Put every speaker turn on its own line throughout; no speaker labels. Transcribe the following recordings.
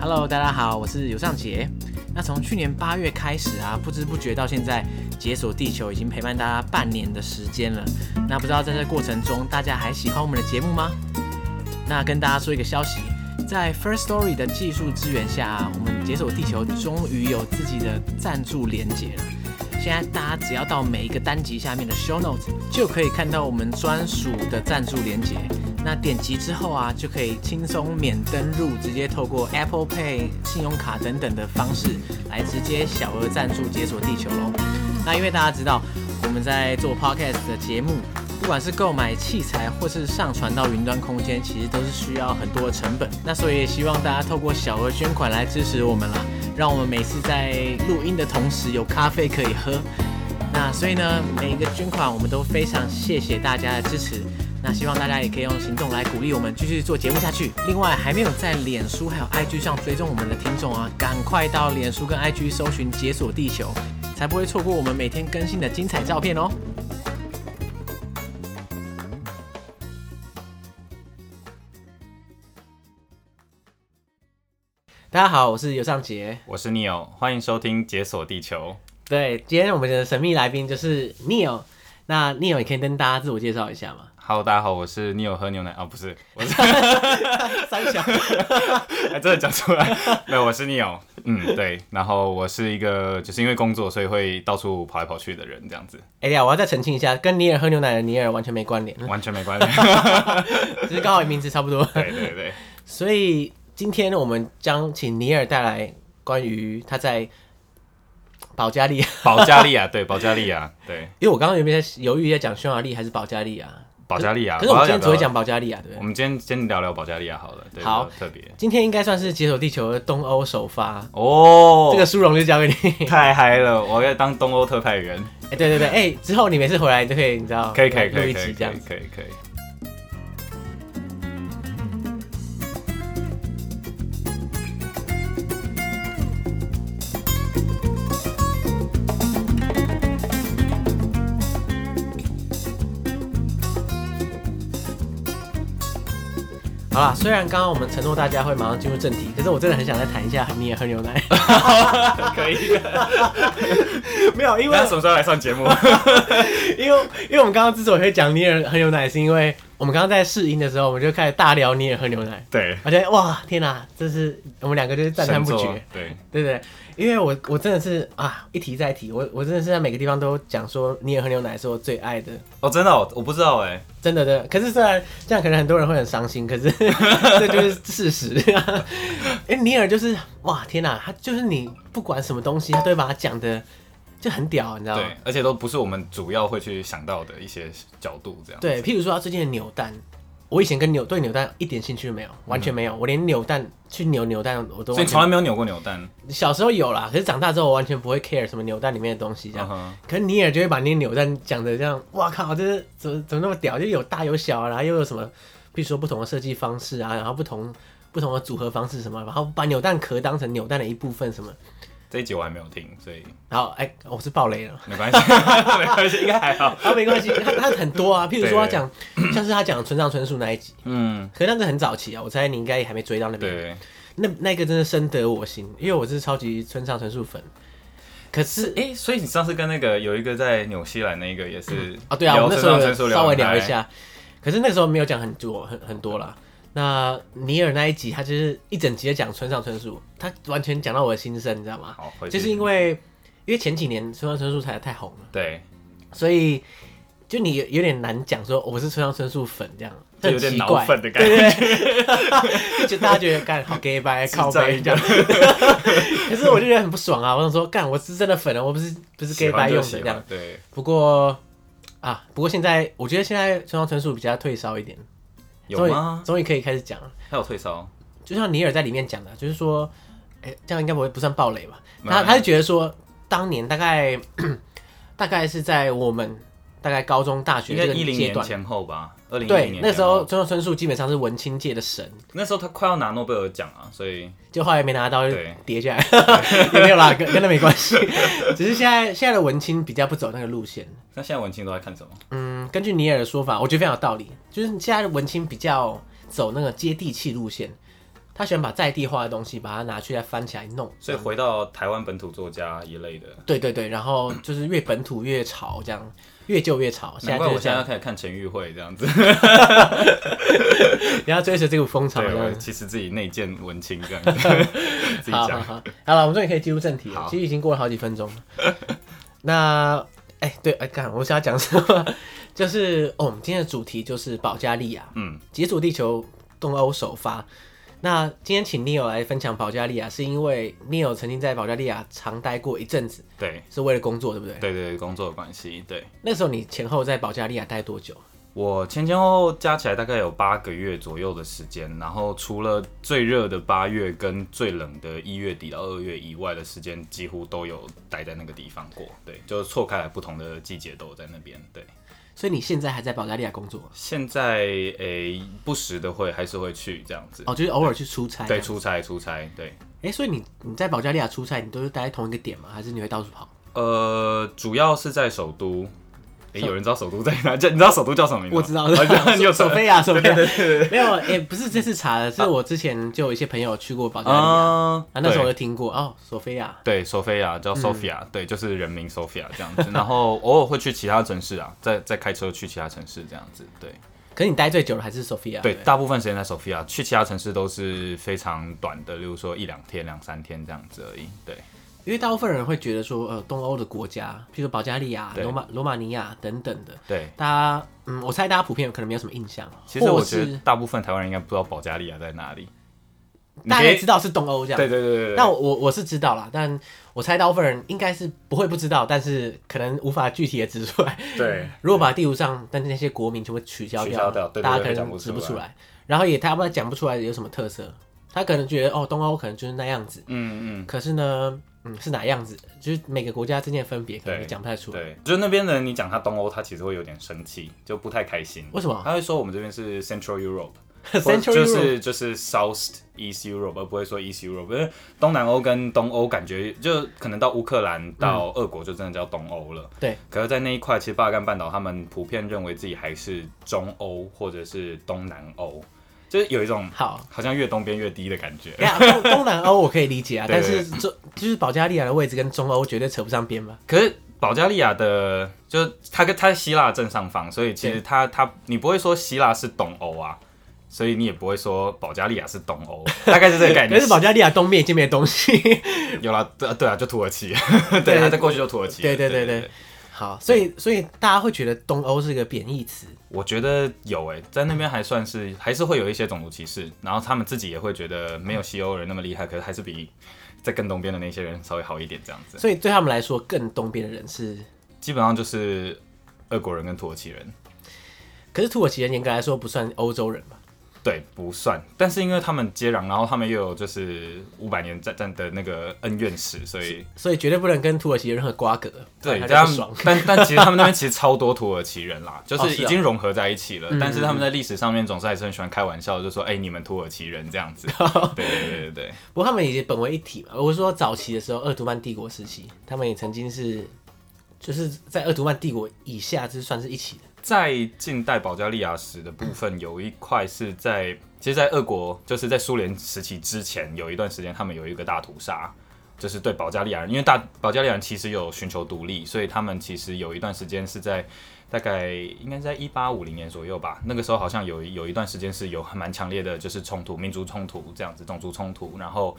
Hello，大家好，我是尤尚杰。那从去年八月开始啊，不知不觉到现在，解锁地球已经陪伴大家半年的时间了。那不知道在这过程中，大家还喜欢我们的节目吗？那跟大家说一个消息，在 First Story 的技术支援下、啊，我们解锁地球终于有自己的赞助连接了。现在大家只要到每一个单集下面的 show notes，就可以看到我们专属的赞助连接。那点击之后啊，就可以轻松免登入，直接透过 Apple Pay、信用卡等等的方式来直接小额赞助解锁地球喽。那因为大家知道我们在做 podcast 的节目，不管是购买器材或是上传到云端空间，其实都是需要很多的成本。那所以也希望大家透过小额捐款来支持我们啦。让我们每次在录音的同时有咖啡可以喝。那所以呢，每一个捐款我们都非常谢谢大家的支持。那希望大家也可以用行动来鼓励我们继续做节目下去。另外，还没有在脸书还有 IG 上追踪我们的听众啊，赶快到脸书跟 IG 搜寻“解锁地球”，才不会错过我们每天更新的精彩照片哦。大家好，我是尤尚杰。
我是 Neo，欢迎收听《解锁地球
对，今天我们的神秘来宾就是 Neil。那 Neil 也可以跟大家自我介绍一下吗？》。
Hello，大家好，我是 Neo 喝牛奶啊，不是，我是
三小
哎真的讲出来，没有，我是 Neo，嗯，对，然后我是一个就是因为工作所以会到处跑来跑去的人，这样 子
哎呀，我要再澄清一下，跟尼尔喝牛奶的尼尔完全没关 联，
完全没关系，
只是刚好名字差不多。
对对对，
所以今天我们将请尼尔带来关于他在保加利亚，
保加利亚，对，保加利亚，对，
因为我刚刚有没有在犹豫在讲匈牙利还是保加利亚？
保加利亚，
可是我们今天只
要
会
聊
讲保加利亚，对不
到，
对？
我们今天先聊聊保加利亚好了，对，
好
比较特别
今天应该算是解锁地球的东欧首发，
哦，
这个殊荣就交 给你。
太嗨了，我要当东欧特派员，
哎，对对对，哎，之后你每次回来你就可以，你知道，
可以可以可
录
以
一
可以
集这
可
样
以
子。
可以可以，
好啦，虽然刚刚我们承诺大家会马上进入正题，可是我真的很想再谈一下你也喝牛奶。
可以，
没有，因为
那什么时候来 上节目？
因为因为我们刚刚之所以会讲尼尔喝牛奶，是因为我们刚刚在试音的时候，我们就开始大聊尼尔喝牛奶，
对，
我觉得哇天哪、这是我们两个就是赞叹不
神作
绝，，
对。
对不对？因为我我真的是啊，一提再提，我我真的是在每个地方都讲说尼尔喝牛奶是我最爱的，
哦，真的、哦，我不知道哎、
真的真的。可是虽然这样，可能很多人会很伤心，可是 这就是事实。哎，尼尔就是哇天哪、他就是你不管什么东西，他都会把它讲的就很屌，你知道吗？
对，而且都不是我们主要会去想到的一些角度，这样。
对，譬如说他最近的扭蛋，我以前跟扭对扭蛋一点兴趣都没有，完全没有，我连扭蛋去扭扭蛋我都
所以
完
你从来
全
没有扭过扭蛋，
小时候有啦，可是长大之后我完全不会 care 什么扭蛋里面的东西这样。
嗯哼
可是尼尔就会把那些扭蛋讲的这样，哇靠，这是怎么怎么那么屌？就有大有小啊，然后又有什么，比如说不同的设计方式啊，然后不同不同的组合方式什么，然后把扭蛋壳当成扭蛋的一部分什么。
这一集我还没有听，所以
然后哎、我是爆雷了。
没 关系，没关系，应该还好。
啊，没关系，他他很多啊，譬如说他
对对
讲，像是他讲村上春树那一集，
嗯，
可是那是很早期啊，我猜你应该也还没追到那边。
对，
那那个真的深得我心，因为我是超级村上春树粉。可是
哎、所以你上次跟那个有一个在纽西兰那个也是
啊，对啊，
聊
我那时
村上春树
候稍微
聊
聊
得
一
来，
下，可是那个时候没有讲很多，很很多啦。那尼尔那一集，他就是一整集在讲村上春树，他完全讲到我的心声，你知道吗？
好，回去
就是因为因为前几年村上春树才太红了，
对，
所以就你有有点难讲说我是村上春树粉这样，
就
很
有点
奇
脑
怪，
粉的感觉，
就觉得大家觉得干好 gay 白靠背
智障
这样， 可是我就觉得很不爽啊！我想说，干我是真的粉了，啊我不是不是 gay
喜
白
欢就
用
喜
的
欢
这样。
对，
不过啊，不过现在我觉得现在村上春树比较退烧一点，
有
终于
吗？
终于可以开始讲了。
他有退烧，
就像尼尔在里面讲的，就是说，哎、这样应该不会不算暴雷吧？
没有
他他就觉得说，当年大概 大概是在我们大概高中大学
应该
这个
一零
阶
年
段。
前后吧，二零一零
对，
年
那时
前哦
候
后
村上春树基本上是文青界的神，
那时候他快要拿诺贝尔奖啊，所以
就后来没拿到 就
对
跌下来，也没有啦，跟跟那没关系。只是现在现在的文青比较不走那个路线。
那现在文青都在看什么？
嗯，根据尼尔的说法，我觉得非常有道理，就是现在的文青比较走那个接地气路线，他喜欢把在地化的东西，把它拿去再翻起来弄。
所以回到台湾本土作家一类的，
对对对，然后就是越本土越潮，这样越旧越潮。现在
难怪
就
我
是这
现在要
样，
开始看陈玉慧这 样子。
你要追随这股风潮这
对，我
样。
其实自己内建文青这样子，自己
好好
讲。
好，好了，我们终于可以进入正题了。
好
其实已经过了好几分钟了。 那，哎、对，哎、干，我想要讲什么？ 就是、哦、我们今天的主题就是保加利亚，
嗯，
解锁地球东欧首发。那今天请 Neil 来分享保加利亚，是因为 Neil 曾经在保加利亚长待过一阵子，
对
是为了工作，对不对？
对对对，工作的关系。对
那时候你前后在保加利亚待多久？
我前前后后加起来大概有八个月左右的时间，然后除了最热的八月跟最冷的一月底到二月以外的时间，几乎都有待在那个地方过。对，就是错开来不同的季节都有在那边。对。
所以你现在还在保加利亚工作？
现在诶、不时的会还是会去这样子。
哦，就是偶尔去出差。
对，。出差出差，对，
哎、所以你你在保加利亚出差，你都是待在同一个点吗？还是你会到处跑？
呃，主要是在首都。诶有人知道首都在哪？叫 你知道首都叫什么名字吗？
我知道
哦 这 样，你有
索
查
菲亚，索菲亚，没有，哎、不是这次查的，是我之前就有一些朋友去过 保加利亚，啊，
啊？
那时候我嗯就
对
听过哦，索菲亚，
对，索菲亚叫 Sofia，、对，就是人名 Sofia 这样子。然 后偶尔会去其他城市啊，再再开车去其他城市这样子。对
可是你待最久的还是索菲亚，
对
不，
大部分时间在 Sofia，去其他城市都是非常短的，例如说一两天、两三天这样子而已。对，
因为大部分人会觉得说，呃，东欧的国家，譬如保加利亚、
对
罗马、罗马尼亚等等的，
对。
大家，嗯，我猜大家普遍可能没有什么印象，
其实我
或
觉
是
得大部分台湾人应该不知道保加利亚在哪里。你
大
可
概
以
知道是东欧这样，
对对对对对。
但我我是知道啦，但我猜大部分人应该是不会不知道，但是可能无法具体的指出来。
对，
如果把地图上但是那些国名全部取消
取
掉，
消掉对对
大家
对
可
讲不
能指
出
不
来
出来，然后也他们讲不出来有什么特色，他可能觉得哦，东欧可能就是那样子，
嗯嗯，
可是呢，嗯，是哪样子，就是每个国家之间的分别可能
对
也讲不太出来。
对，就是那边的人，你讲他东欧，他其实会有点生气，就不太开心。
为什么
他会说我们这边是 Central Europe。或
Central
啊就
Europe
是就是 South East Europe，而不会说 East Europe，因为东南欧跟东欧感觉就可能到乌克兰到俄国就真的叫东欧了。
对，
可是，在那一块，其实巴尔干半岛他们普遍认为自己还是中欧或者是东南欧，就是有一种
好。
好像越东边越低的感觉。
等一下东东南欧我可以理解啊，
对
但
对
是中就是保加利亚的位置跟中欧绝对扯不上边吧？
可是保加利亚的，就是它跟它在希腊正上方，所以其实它它你不会说希腊是东欧啊，所以你也不会说保加利亚是东欧， 大概是这个概
可
念
是。保加利亚东面已经没东西，
有啦，对啊对啊，就土耳其，
对
对，它再过去就土耳其了。
对对对对，好，所以所以大家会觉得东欧是个贬义词，
我觉得有诶、在那边还算是还是会有一些种族歧视，然后他们自己也会觉得没有西欧人那么厉害，可是还是比在更东边的那些人稍微好一点这样子。
所以对他们来说，更东边的人是，
基本上就是俄国人跟土耳其人。
可是土耳其人严格来说不算欧洲人嘛？
对，不算。但是因为他们接壤，然后他们又有就是五百年战战的那个恩怨史，所以
所以绝对不能跟土耳其有任何瓜葛，
对，
他
但
就
他
不
们
爽。
但但 其实他们那边其实超多土耳其人啦，就
哦
是
是啊
已经融合在一起了。
嗯
但是他们在历史上面总是还是很喜欢开玩笑，就说哎、你们土耳其人这 样子。对对对对对，
不过他们也本为一体嘛。我是说早期的时候，
嗯
鄂图曼帝国时期，他们也曾经是，就是在鄂图曼帝国以下，这算是一起的。
在近代保加利亚史的部分，有一块是在，其实，在俄国就是在苏联时期之前有一段时间，他们有一个大屠杀，就是对保加利亚人，因为大保加利亚人其实有寻求独立，所以他们其实有一段时间是在大概应该在一八五零年左右吧，那个时候好像有一有一段时间是有蛮强烈的，就是冲突、民族冲突这样子，种族冲突，然后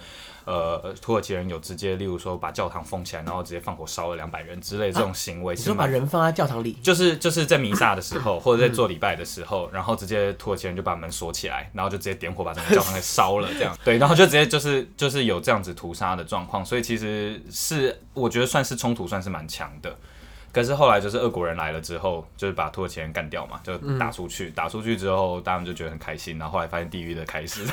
呃，土耳其人有直接，例如说把教堂封起来，然后直接放火烧了两百人之类的这种行为，
你
是
说
蛮
把人放在教堂里，
就是就是在弥撒的时候，或者在做礼拜的时候，然后直接土耳其人就把门锁起来，然后就直接点火把整个教堂给烧了，这样对，然后就直接就是就是有这样子屠杀的状况，所以其实是我觉得算是冲突，算是蛮强的。可是后来就是俄国人来了之后，就是把土耳其人干掉嘛，就打出去，打出去之后，他们就觉得很开心，然后后来发现地狱的开始，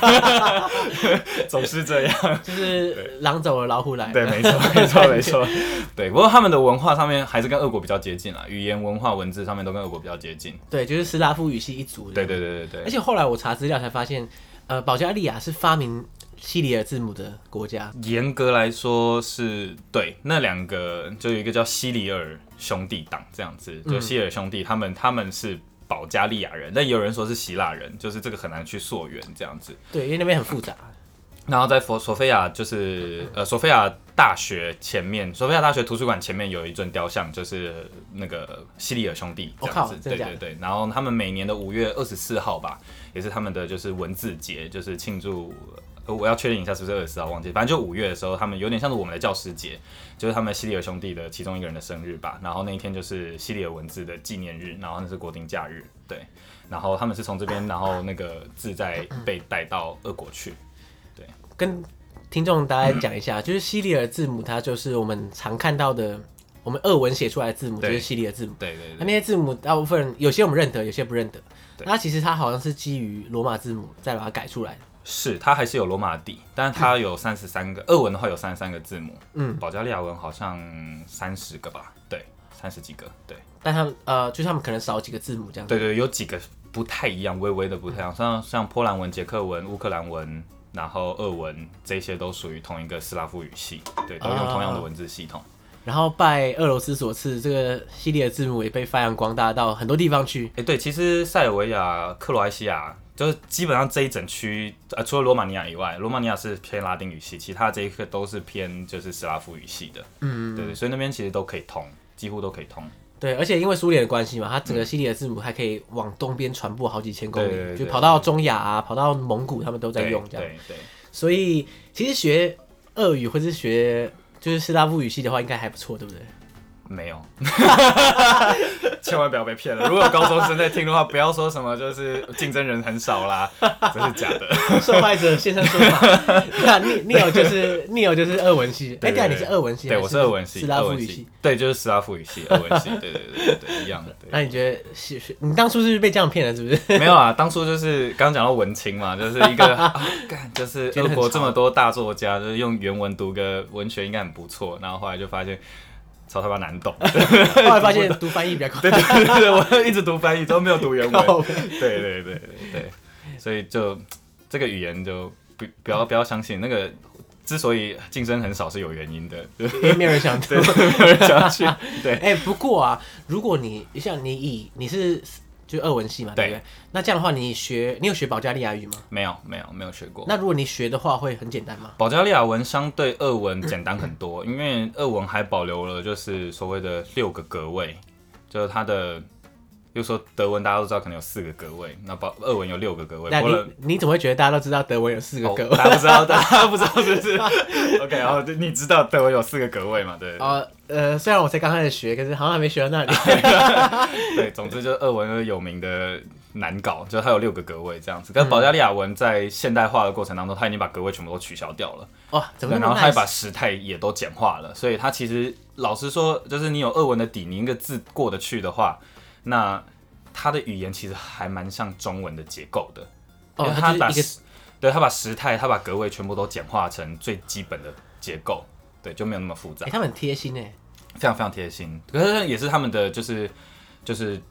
总是这样。
就是狼走了，老虎来
对，
了。
没错，没错，没错。对，不过他们的文化上面还是跟俄国比较接近啦，语言、文化、文字上面都跟俄国比较接近。
对，就是斯拉夫语系一族。
对。对对对
而
对，
且后来我查资料才发现，呃，保加利亚是发明西里尔字母的国家。
严格来说是对那两个，就有一个叫西里尔兄弟党这样子，就西里尔兄弟他们他们是保加利亚人，但也有人说是希腊人，就是这个很难去溯源这样子。
对，因为那边很复杂。
然后在佛索菲亚就是呃索菲亚大学前面，索菲亚大学图书馆前面有一尊雕像，就是那个希利尔兄弟这样
我靠
子，
真的
对
假的
对对。然后他们每年的五月二十四号吧，也是他们的就是文字节，就是庆祝。呃我要确定一下是不是二十四号，忘记，反正就五月的时候，他们有点像是我们的教师节，就是他们希利尔兄弟的其中一个人的生日吧。然后那一天就是希利尔文字的纪念日，然后那是国定假日，对。然后他们是从这边，然后那个字再被带到俄国去。
跟听众大家讲一 下，就是西里尔字母，它就是我们常看到的，我们俄文写出来的字母就
对
是西里尔字母。
对对
那那
对，
些字母大部分有些我们认得，有些不认得。
对
那其实它好像是基于罗马字母再把它改出来的。
是它还是有罗马底，但是它有三十三个，俄文的话有三十三个字母，
嗯，
保加利亚文好像三十个吧，对，三十几个，对，
但他们呃，就是他们可能少几个字母这样。，
对对，有几个不太一样，微微的不太一样，像像波兰文、捷克文、乌克兰文，然后俄文这些都属于同一个斯拉夫语系，对，都用同样的文字系统。
然后拜俄罗斯所赐，这个西里尔字母也被发扬光大到很多地方去。
哎、对，其实塞尔维亚、克罗埃西亚，就是基本上这一整区，呃，除了罗马尼亚以外，罗马尼亚是偏拉丁语系，其他这一个都是偏就是斯拉夫语系的。嗯，对对，所以那边其实都可以通，几乎都可以通。
对，而且因为苏联的关系嘛，它整个西里尔字母还可以往东边传播好几千公里，
嗯对对对
就跑到中亚啊，跑到蒙古，他们都在
对
用这样。
对对，
所以其实学俄语或是学就是斯拉夫语系的话，应该还不错，对不对？
没有，千万不要被骗了。如果有高中生在听的话，不要说什么就是竞争人很少啦，这是假的。
受害者现身说法。那 n e o 就是 n e o 就是俄文系，哎，
对
对啊，
对
你是俄文系，
对，我是俄文系，
斯拉
俄
夫
文
语
系
系。，
对，就是斯拉夫语系，俄文系，对对对对对，一样的。对
那你觉得是是？你当初是不是被这样骗了？是 不是？
没有啊，当初就是刚讲到文青嘛，就是 一个啊，干就是
觉得
俄
很
国这么多大作家，就是用原文读个文学应该很不错。然后后来就发现，操他妈难懂，
后来发现读翻译比较快。
对对对对，我一直读翻译都没有 读原文
靠，
对对对对对，所以就这个语言就不不要不要相信那个。之所以竞争很少是有原因的，就是
因为没有人想读。
没有人想要去。对，
哎、不过啊，如果你像你以你是就俄文系嘛，对不
对
对？那这样的话，你学你有学保加利亚语吗？
没有没有没有学过。
那如果你学的话，会很简单吗？
保加利亚文相对俄文简单很多， 因为俄文还保留了就是所谓的六个格位，就是它的，又说德文大家都知道可能有四个格位，那保俄文有六个格位，
那
波兰
你你怎么会觉得大家都知道德文有四个格
哦？大家不知道， 大家不知道是不是？OK，然后你知道德文有四个格位嘛？对对
呃呃，虽然我才刚开始学，可是好像还没学到那里。
对，总之就是俄文就是有名的难搞，就是它有六个格位这样
嗯
子。跟保加利亚文在现代化的过程当中，它已经把格位全部都取消掉了。
哇，哦怎么
对，
那
然后
么
他也
nice？
把时态也都简化了，所以他其实老实说，就是你有俄文的底，你一个字过得去的话，那它的语言其实还蛮像中文的结构的，因
哦
为，
它
它
就
把
是一个
时对他把时态、他把格位全部都简化成最基本的结构，对，就没有那么复杂
哎、，他们很贴心哎、
非常非常贴心。可是也是他们的就是就是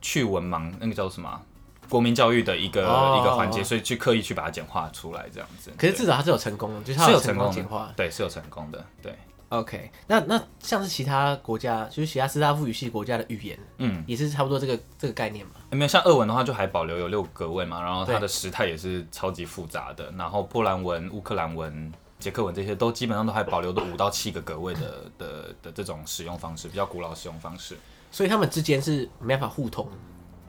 去文盲那个叫什么啊、国民教育的一个、
哦
一个环节，所以去刻意去把它简化出来，这样子。
可是
对
至少它是有成功的，就是它
是有
成
成
功
功
简
的
化。，
对，是有成功的，对。
OK，那那像是其他国家，就是其他斯拉夫语系国家的语言，
嗯，
也是差不多这个这个概念嘛。
欸没有像俄文的话，就还保留有六个位嘛，然后它的时态也是超级复杂的。然后波兰文、乌克兰文、捷克文这些都基本上都还保留的五到七个格位的的的这种使用方式，比较古老的使用方式。
所以他们之间是没办法互通。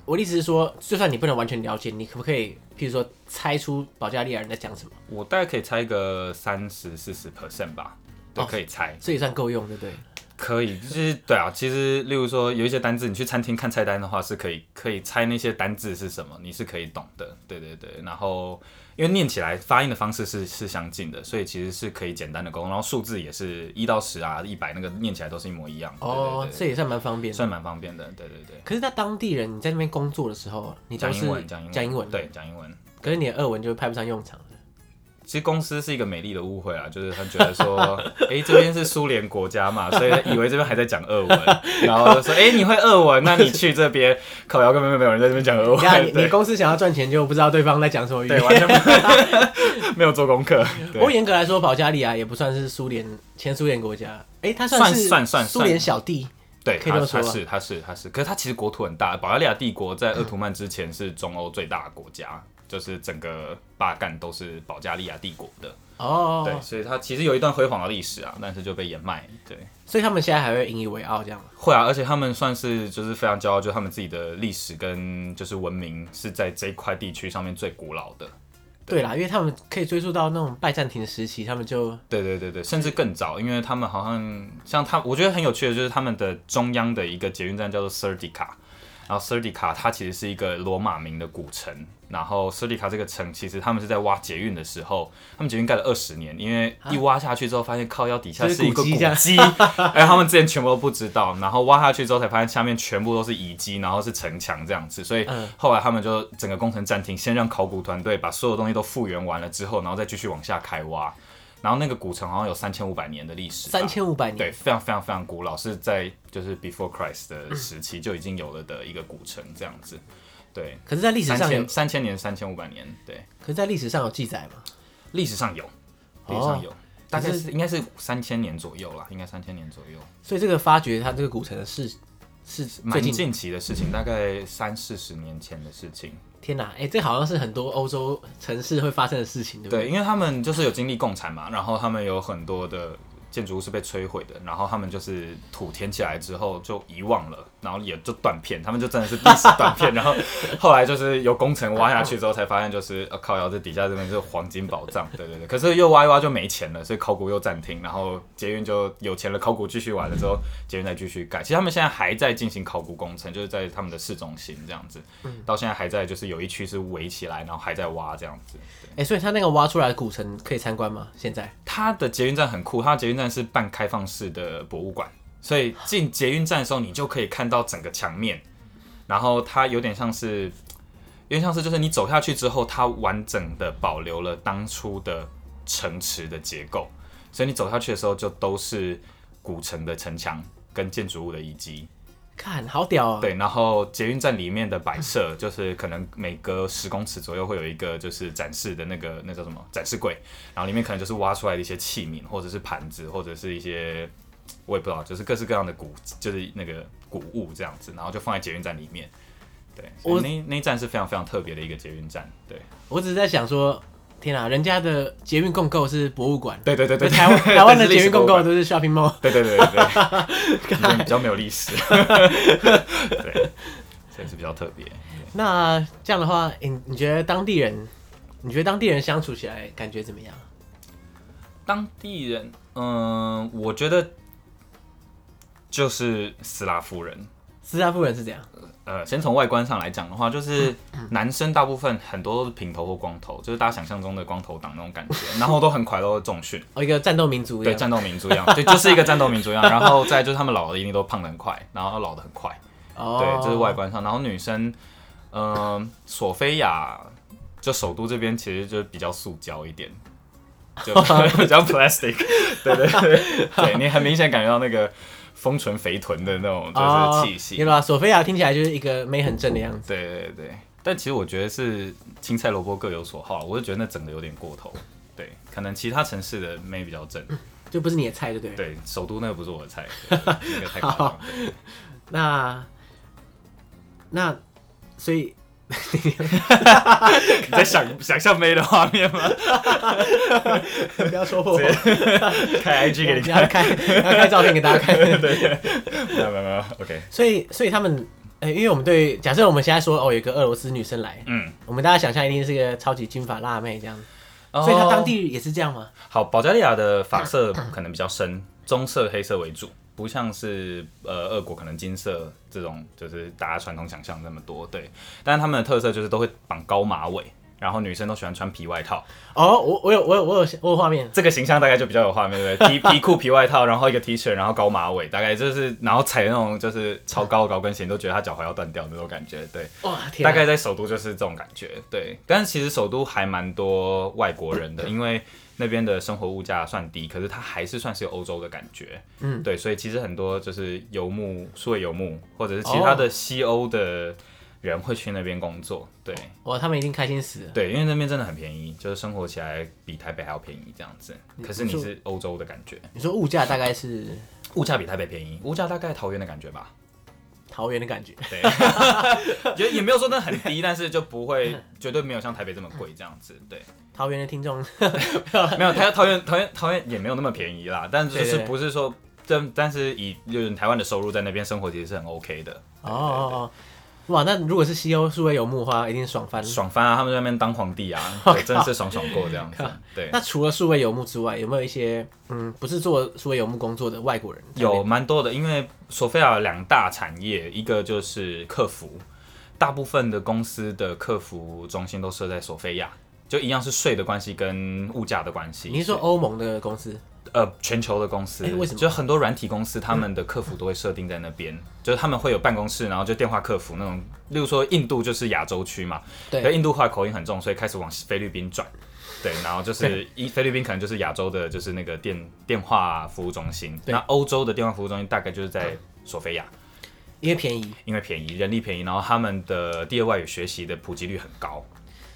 我的意思是说，就算你不能完全了解，你可不可以，譬如说猜出保加利亚人在讲什么，
我大概可以猜个三十四十 percent 吧，对，
哦
可以猜，
这也算够用，对不对？
可以，就是对啊。其实，例如说有一些单字，你去餐厅看菜单的话，是可以可以猜那些单字是什么，你是可以懂的。对对对，然后因为念起来发音的方式是是相近的，所以其实是可以简单的沟通。然后数字也是一到十啊，一百那个念起来都是一模一样。对
哦，
对
这也算蛮方
对，
便的。
算蛮方便的。对对对，
可是，在当地人你在那边工作的时候，你都
讲
是
英文，讲英文，
讲英文，。
对，讲英文。
可是你的俄文就派不上用场了。
其实公司是一个美丽的误会啊， 就是他觉得说，哎、这边是苏联国家嘛，所以以为这边还在讲俄文， 然后就说，哎、你会俄文，那你去这边， 烤窑根本没有人在这边讲俄
呀，你
文，
你
对，
公司想要赚钱，就不知道对方在讲什么语
对，
言。
完全没有 没有做功课，
不过
对，
严格来说，保加利亚也不算是苏联前苏联国家，哎，它是
算算算
苏联小弟。
对，
可以这么说啊
他他
吧
是他是他是，可是他其实国土很大，保加利亚帝国在鄂图曼之前是中欧最大的国家，就是整个巴干都是保加利亚帝国的，
哦，
对，所以它其实有一段辉煌的历史啊，但是就被掩埋。对，
所以他们现在还会引以为傲这样吗？
会啊，而且他们算是就是非常骄傲，就是他们自己的历史跟就是文明是在这一块地区上面最古老的。
对啦，因为他们可以追溯到那种拜占庭时期，他们就
对对对对，甚至更早，因为他们好像像他，我觉得很有趣的就是他们的中央的一个捷运站叫做 Serdica，然后 Serdica 它其实是一个罗马名的古城，然后 Serdica 这个城其实他们是在挖捷运的时候，他们捷运盖了二十年，因为一挖下去之后发现靠腰底下
啊就是
是一个
古迹
古
这样
迹， 哎，他们之前全部都不知道，然后挖下去之后才发现下面全部都是遗迹，然后是城墙这样子，所以
嗯
后来他们就整个工程暂停，先让考古团队把所有东西都复原完了之后，然后再继续往下开挖。然后那个古城好像有三千五百年的历史吧，
三千五百年。
对，非常非常非常古老，是在就是 before Christ 的时期就已经有了的一个古城这样子。对，
可是，在历史
三
上有，
千三千年三千五百年，对，
可是，在历史上有记载吗？
历史上有，历史
哦
上有，大概
可是
是应该是三千年左右啦，应该三千年左右，
所以这个发掘它这个古城的是是最
蛮
近
近期的事情，大概三四十年前的事情。
天哪，哎、这好像是很多欧洲城市会发生的事情，对不对？
对，因为他们就是有经历共产嘛，然后他们有很多的建筑物是被摧毁的，然后他们就是土填起来之后就遗忘了，然后也就断片，他们就真的是历史断片。然后后来就是有工程挖下去之后，才发现就是呃、靠，窑这底下这边是黄金宝藏，对对对。可是又挖一挖就没钱了，所以考古又暂停，然后捷运就有钱了，考古继续玩了之后，捷运再继续盖。其实他们现在还在进行考古工程，就是在他们的市中心这样子，
嗯
到现在还在就是有一区是围起来，然后还在挖这样子。对
哎、所以它那个挖出来的古城可以参观吗？现在
它的捷运站很酷，它的捷运站是半开放式的博物馆，所以进捷运站的时候，你就可以看到整个墙面，然后它有点像是，呃有点像是就是你走下去之后，它完整的保留了当初的城池的结构，所以你走下去的时候就都是古城的城墙跟建筑物的遗迹。
看好屌啊！，
对，然后捷运站里面的摆设，就是可能每隔十公尺左右会有一个就是展示的那个那叫什么展示柜，然后里面可能就是挖出来的一些器皿，或者是盘子，或者是一些我也不知道，就是各式各样的古，就是那个古物这样子，然后就放在捷运站里面。对，所
我
以那那一站是非常非常特别的一个捷运站。对，
我只是在想说，天哪，人家的捷运共购是博物馆，
对对对对，
台湾台湾的
这是历
捷
史
运共
博物
购
馆
都是 shopping mall。
对对对对 对，比较没有历史。 对，所以是比较特别。
那这样的话，诶你你觉得当地人，你觉得当地人相处起来感觉怎么样？
当地人，嗯，我觉得就是斯拉夫人。
斯拉夫人是怎样？
呃，先从外观上来讲的话，就是
嗯
男生大部分很多都是平头或光头，就是大家想象中的光头党那种感觉， 然后都很快乐的重训，
哦，一个战斗民族一
对，
样。
战斗民族一样，对，就是一个战斗民族一样。然后再就是他们老了一定都胖的很快，然后老的很快，
哦，
对，这是外观上。然后女生，嗯、索菲亚就首都这边其实就比较塑胶一点，就 比较 plastic，对对对， 对你很明显感觉到那个丰唇肥臀的那种
哦
就是气息，
有啦，索菲亚听起来就是一个妹很正的样子。
对对对。但其实我觉得是青菜萝卜各有所好，我就觉得那整的有点过头。对，可能其他城市的妹比较正。
就不是你的菜，对不对？。
对，首都那个不是我的菜， 对对对那个太夸张了。对
那那所以
你在想想象妹的画面吗？
不要说破 我，
开 IG 给你
你要
看。
开要开照片给大家看。
没有没有没有，OK。
所以所以他们，呃、因为我们对假设我们现在说哦，有一个俄罗斯女生来，
嗯，
我们大家想象一定是个超级金发辣妹这样，
哦
所以她当地也是这样吗？
好，保加利亚的发色可能比较深，棕色、黑色为主，不像是呃俄国可能金色这种，就是大家传统想象那么多。对，但是他们的特色就是都会绑高马尾，然后女生都喜欢穿皮外套，
哦，我我有我有我有我有画面，
这个形象大概就比较有画面，对 不对？皮皮裤、皮外套，然后一个 T 恤，然后高马尾，大概就是然后踩那种就是超高的高跟鞋，你都觉得他脚踝要断掉那种感觉。对，
哇天啊，
大概在首都就是这种感觉，对。但是其实首都还蛮多外国人 的，因为那边的生活物价算低，可是它还是算是有欧洲的感觉，
嗯，
对。所以其实很多就是游牧、数位游牧，或者是其他的西欧的人会去那边工作，对
哇，他们一定开心死了。
对，因为那边真的很便宜，就是生活起来比台北还要便宜这样子。可是
你
你
说
是欧洲的感觉，
你说物价大概是
物价比台北便宜，物价大概桃园的感觉吧。
桃园的感觉。
对， 也也没有说那很低，但是就不会绝对没有像台北这么贵这样子。对，
桃园的听众，
没有台桃园桃园桃园也没有那么便宜啦，但就
对对
是
对
不是说但但是以就是台湾的收入在那边生活其实是很 OK 的，
哦哦哦，哇，那如果是西欧数位游牧的话，一定爽翻了。
爽翻啊！他们在那边当皇帝 啊，对，真的是爽爽过这样子。对，
那除了数位游牧之外，有没有一些嗯，不是做数位游牧工作的外国人？
有蛮多的，因为索菲亚有两大产业，一个就是客服，大部分的公司的客服中心都设在索菲亚，就一样是税的关系跟物价的关系。
你是说欧盟的公司？
呃，全球的公司，
哎为什么
就很多软体公司，他们的客服都会设定在那边，就是他们会有办公室，然后就电话客服那种。例如说，印度就是亚洲区嘛，
对
可印度话口音很重，所以开始往菲律宾转。对，然后就是一菲律宾可能就是亚洲的，就是那个电电话服务中心。
对嗯
那欧洲的电话服务中心大概就是在索菲亚，
因为便宜，
因为便宜，人力便宜，然后他们的第二外语学习的普及率很高。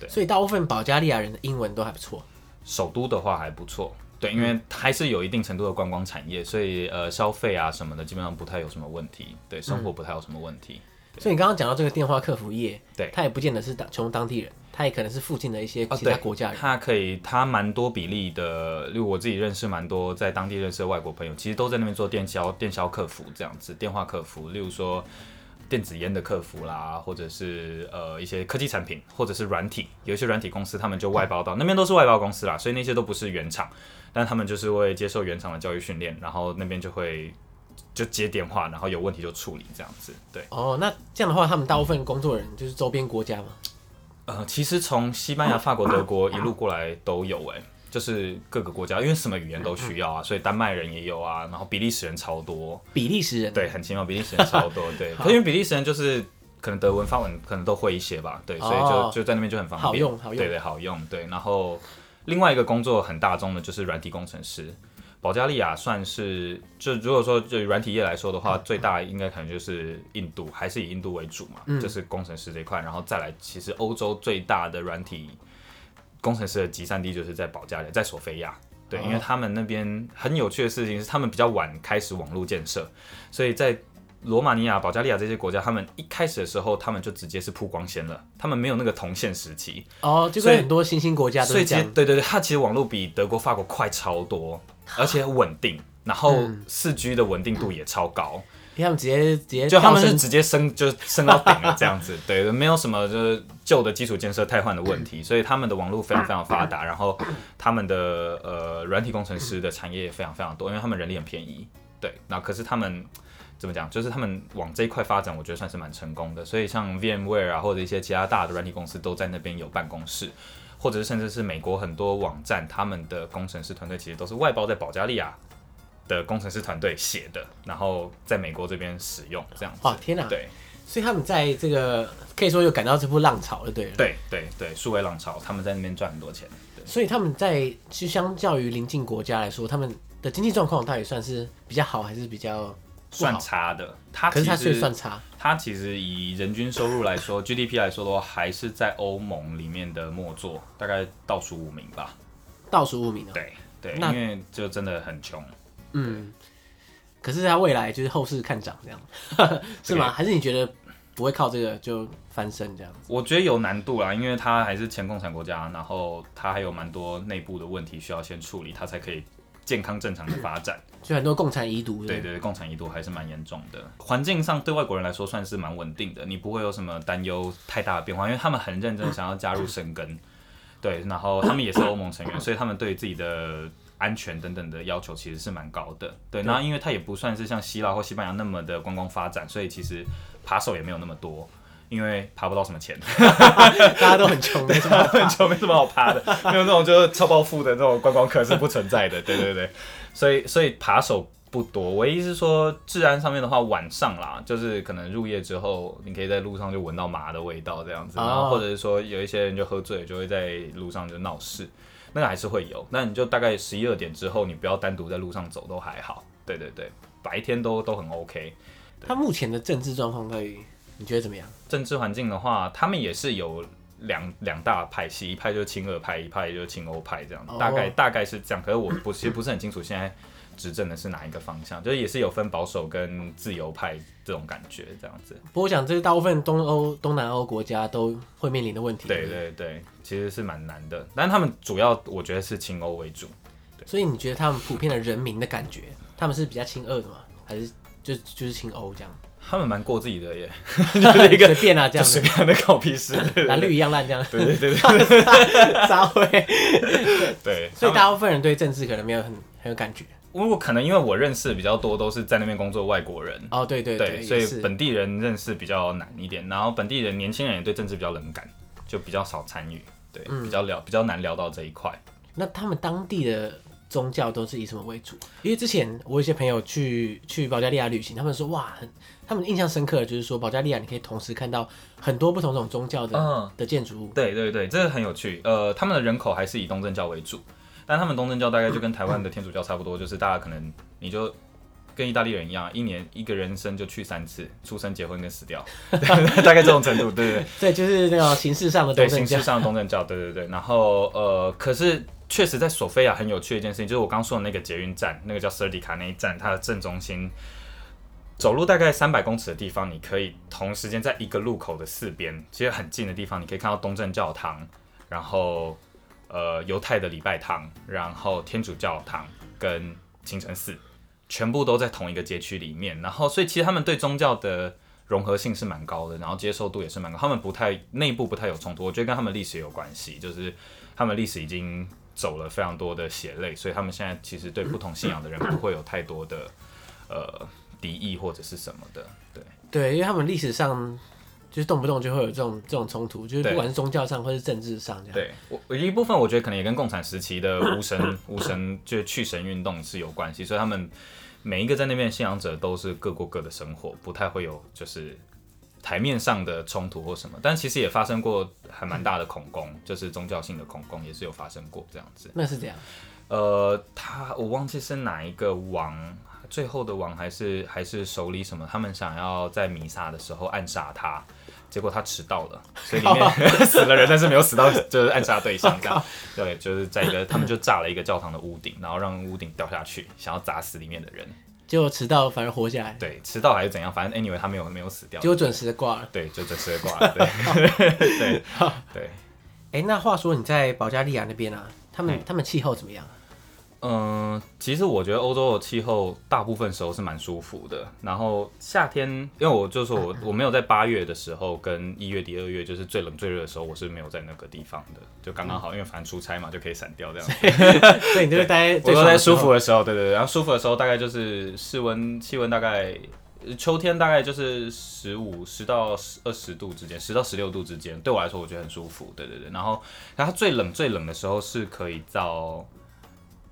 所以大部分保加利亚人的英文都还不错。
首都的话还不错，对，因为还是有一定程度的观光产业，所以呃消费啊什么的基本上不太有什么问题，对，生活不太有什么问题。
所以你刚刚讲到这个电话客服业，
对
他也不见得是当穷当地人，他也可能是附近的一些
啊
其
对
他国家人。
它可以，它蛮多比例的，例如我自己认识蛮多在当地认识的外国朋友，其实都在那边做电销、电销客服这样子，电话客服，例如说电子烟的客服啦，或者是呃一些科技产品，或者是软体，有一些软体公司他们就外包到那边都是外包公司啦，所以那些都不是原厂，但他们就是会接受原厂的教育训练，然后那边就会就接电话，然后有问题就处理这样子，对。
哦，那这样的话，他们大部分工作人就是周边国家嘛。
呃，其实从西班牙、法国、德国一路过来都有哎、就是各个国家，因为什么语言都需要啊，所以丹麦人也有啊，然后比利时人超多，
比利时人，
对，很奇妙，比利时人超多，对，可因为比利时人就是可能德文、法文可能都会一些吧，对，所以就、
哦
就在那边就很方便，
好用好用
对对，好用，对，然后另外一个工作很大众的就是软体工程师。保加利亚算是，就如果说就软体业来说的
嗯
话，最大应该可能就是印度，还是以印度为主嘛，
嗯
就是工程师这一块，然后再来，其实欧洲最大的软体工程师的集散地就是在保加利亚，在索菲亚。对，
哦
因为他们那边很有趣的事情是，他们比较晚开始网络建设，所以在罗马尼亚、保加利亚这些国家，他们一开始的时候，他们就直接是铺光纤了，他们没有那个铜线时期，
哦，就
所以
跟很多新兴国家都
所
是
以其
这
实
样。
对对对，它其实网络比德国、法国快超多，而且稳定，然后四 G 的稳定度也超高，
因为他们直接直接
就他们
高
是
升
直接升就升到顶了这样子， 对，没有什么就是旧的基础建设太换的问题，所以他们的网络非常非常发达，然后他们的呃软体工程师的产业也非常非常多，因为他们人力很便宜，对，那可是他们。怎么讲？就是他们往这一块发展，我觉得算是蛮成功的。所以像 VMware 啊，或者一些其他大的软体公司都在那边有办公室，或者是甚至是美国很多网站，他们的工程师团队其实都是外包在保加利亚的工程师团队写的，然后在美国这边使用这样子。
哇，啊天哪！
对
所以他们在这个可以说有赶到这波浪潮就对了。
对对对，数位浪潮，他们在那边赚很多钱。对，
所以他们在其实相较于邻近国家来说，他们的经济状况到底算是比较好还是比较不
算
好？
差的。他
可是
其
它
实
税算差
它其实以人均收入来说，GDP 来说的话，还是在欧盟里面的末座，大概倒数五名吧。
倒数五名哦、
对对，
那
因为就真的很穷。
嗯，可是它未来就是后市看涨这样， 是吗？还是你觉得不会靠这个就翻身这样？
我觉得有难度啦，因为它还是前共产国家，然后它还有蛮多内部的问题需要先处理，它才可以健康正常的发展。
就很多共产遗毒，
对
对
对对，共产一度还是蛮严重的。环境上对外国人来说算是蛮稳定的，你不会有什么担忧太大的变化，因为他们很认真想要加入生根。对，然后他们也是欧盟成员，所以他们对自己的安全等等的要求其实是蛮高的。对，那因为它也不算是像希腊或西班牙那么的观光发展，所以其实扒手也没有那么多，因为扒不到什么钱。
不对，大家都很穷，没 什么
很久没什么好爬的，没有那种就是超暴富的那种观光客是不存在的。对对对，所以所以扒手不多，唯一是说治安上面的话，晚上啦，就是可能入夜之后，你可以在路上就闻到麻的味道这样子，
哦
然后或者是说有一些人就喝醉了，就会在路上就闹事，那个还是会有。那你就大概十一二点之后，你不要单独在路上走都还好。对对对，白天都都很 OK。
他目前的政治状况到底你觉得怎么样？
政治环境的话，他们也是有两两大派系，一派就是亲俄派，一派就是亲欧派，这样
哦
大概大概是这样。可是我不其实不是很清楚现在执政的是哪一个方向，就是也是有分保守跟自由派这种感觉这样子。
不过我想这是大部分东欧、东南欧国家都会面临的问题。
对对对，其实是蛮难的，但他们主要我觉得是亲欧为主。
所以你觉得他们普遍的人民的感觉，他们是比较亲俄的吗？还是就就是亲欧这样？
他们蛮过自己的 耶，
就是一个随便啊这
就
样
随
子，
便的搞 屁事。
蓝绿一样烂这样，
对对对对
撒灰。
对，
所以大部分人对政治可能没有很很有感觉。
因为我可能因为我认识比较多都是在那边工作的外国人，
哦，对对
对，所
也
以
是。
本地人认识比较难一点，然后本地人年轻人也对政治比较冷感，就比较少参与，对，
嗯
比较聊比较难聊到这一块。
那他们当地的宗教都是以什么为主？因为之前我有一些朋友去去保加利亚旅行，他们说哇，很他们印象深刻的就是说保加利亚你可以同时看到很多不同种宗教的、
嗯
的建筑物。
对对对，这个很有趣。呃，他们的人口还是以东正教为主，但他们东正教大概就跟台湾的天主教差不多，就是大家可能你就跟意大利人一样，一年一个人生就去三次，出生、结婚跟死掉， 大概这种程度。对对对，
对，就是那种形式上的
对，
东
形
正教
式。上的东正教，对对对。然后呃，可是确实在索菲亚很有趣的一件事情，就是我刚说的那个捷运站，那个叫 Serdica 那一站，它的正中心，走路大概三百公尺的地方，你可以同时间在一个路口的四边，其实很近的地方，你可以看到东正教堂，然后呃犹太的礼拜堂，然后天主教堂跟清真寺，全部都在同一个街区里面。然后所以其实他们对宗教的融合性是蛮高的，然后接受度也是蛮高。他们不太内部不太有冲突，我觉得跟他们历史也有关系，就是他们历史已经走了非常多的血泪，所以他们现在其实对不同信仰的人不会有太多的呃敌意或者是什么的。对
对，因为他们历史上就是动不动就会有这种这种冲突，就是
对
不管是宗教上或是政治上这样。
对，我我一部分我觉得可能也跟共产时期的无神无神就是去神运动是有关系，所以他们每一个在那边的信仰者都是各过各的生活，不太会有就是台面上的冲突或什么。但其实也发生过还蛮大的恐攻，就是宗教性的恐攻也是有发生过这样子。
那是这样。
呃，他我忘记是哪一个王，最后的王还是还是首领什么，他们想要在弥撒的时候暗杀他，结果他迟到了，所以里面死了人，但是没有死到就是暗杀对象这样。对，就是在一个他们就炸了一个教堂的屋顶，然后让屋顶掉下去，想要砸死里面的人。
结果迟到反而活下来，
对，迟到还是怎样，反正 anyway 他没有没有死掉
结。果准时的挂了。
对，就准时地挂了。对对对，
哎、那话说你在保加利亚那边啊，他们、他们气候怎么样啊？
嗯，其实我觉得欧洲的气候大部分时候是蛮舒服的。然后夏天，因为我就说我我没有在八月的时候跟一月底二月就是最冷最热的时候，我是没有在那个地方的，就刚刚好，因为反正出差嘛就可以闪掉这样子。
所以你就是待
我
最
都
爽的
在
时候
舒服的时候，对对对，然后舒服的时候大概就是室温气温大概呃秋天大概就是十五十到二十度之间，十到十六度之间，对我来说我觉得很舒服，对对对。然后，然后它最冷最冷的时候是可以到。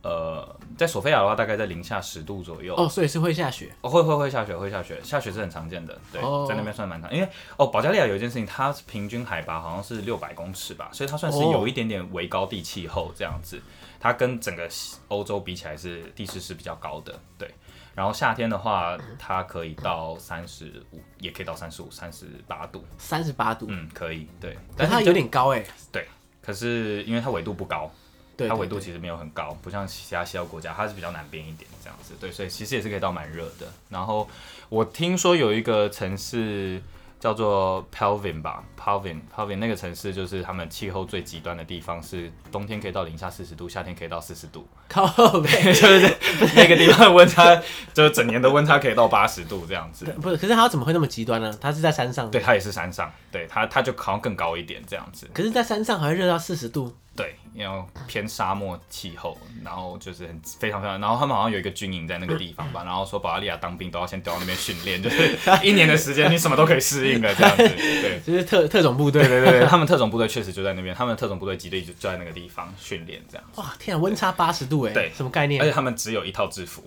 呃，在索菲亚的话，大概在零下十度左右。
哦，所以是会下雪。
哦，会会会下雪，会下雪，下雪是很常见的，对，
哦
在那边算蛮常，因为哦，保加利亚有一件事情，它平均海拔好像是六百公尺吧，所以它算是
哦
有一点点微高地气候这样子，它跟整个西欧洲比起来是地势是比较高的，对。然后夏天的话，它可以到三十五，也可以到三十五、三十八度，
三十八度，
嗯，可以，对。
但
但
它
是
有点高哎、
对，可是因为它纬度不高，
对，
它
对
纬度
对
其实没有很高，不像其他西欧国家，它是比较南边一点这样子。对，所以其实也是可以到蛮热的。然后我听说有一个城市叫做 Pelvin 吧，Pelvin，Pelvin 那个城市就是他们气候最极端的地方，是冬天可以到零下四十度，夏天可以到四十度，
靠背，
就是那个地方的温差，就是整年的温差可以到八十度这样子。
不是？可是它怎么会那么极端呢？它是在山上，
对，，它也是山上，对它它就好像更高一点这样子。
可是，在山上还会热到四十度，
对，要偏沙漠气候，然后就是很非常非常，然后他们好像有一个军营在那个地方吧，然后说保加利亚当兵都要先丢到那边训练，就是 一年的时间你什么都可以适应了这样子。对
就是特特种部队。
对对对，他们特种部队确实就在那边，他们的特种部队基地就就在那个地方训练这样，
哇，天啊，温差八十度哎、
对
什么概念
而？且他们只有一套制服。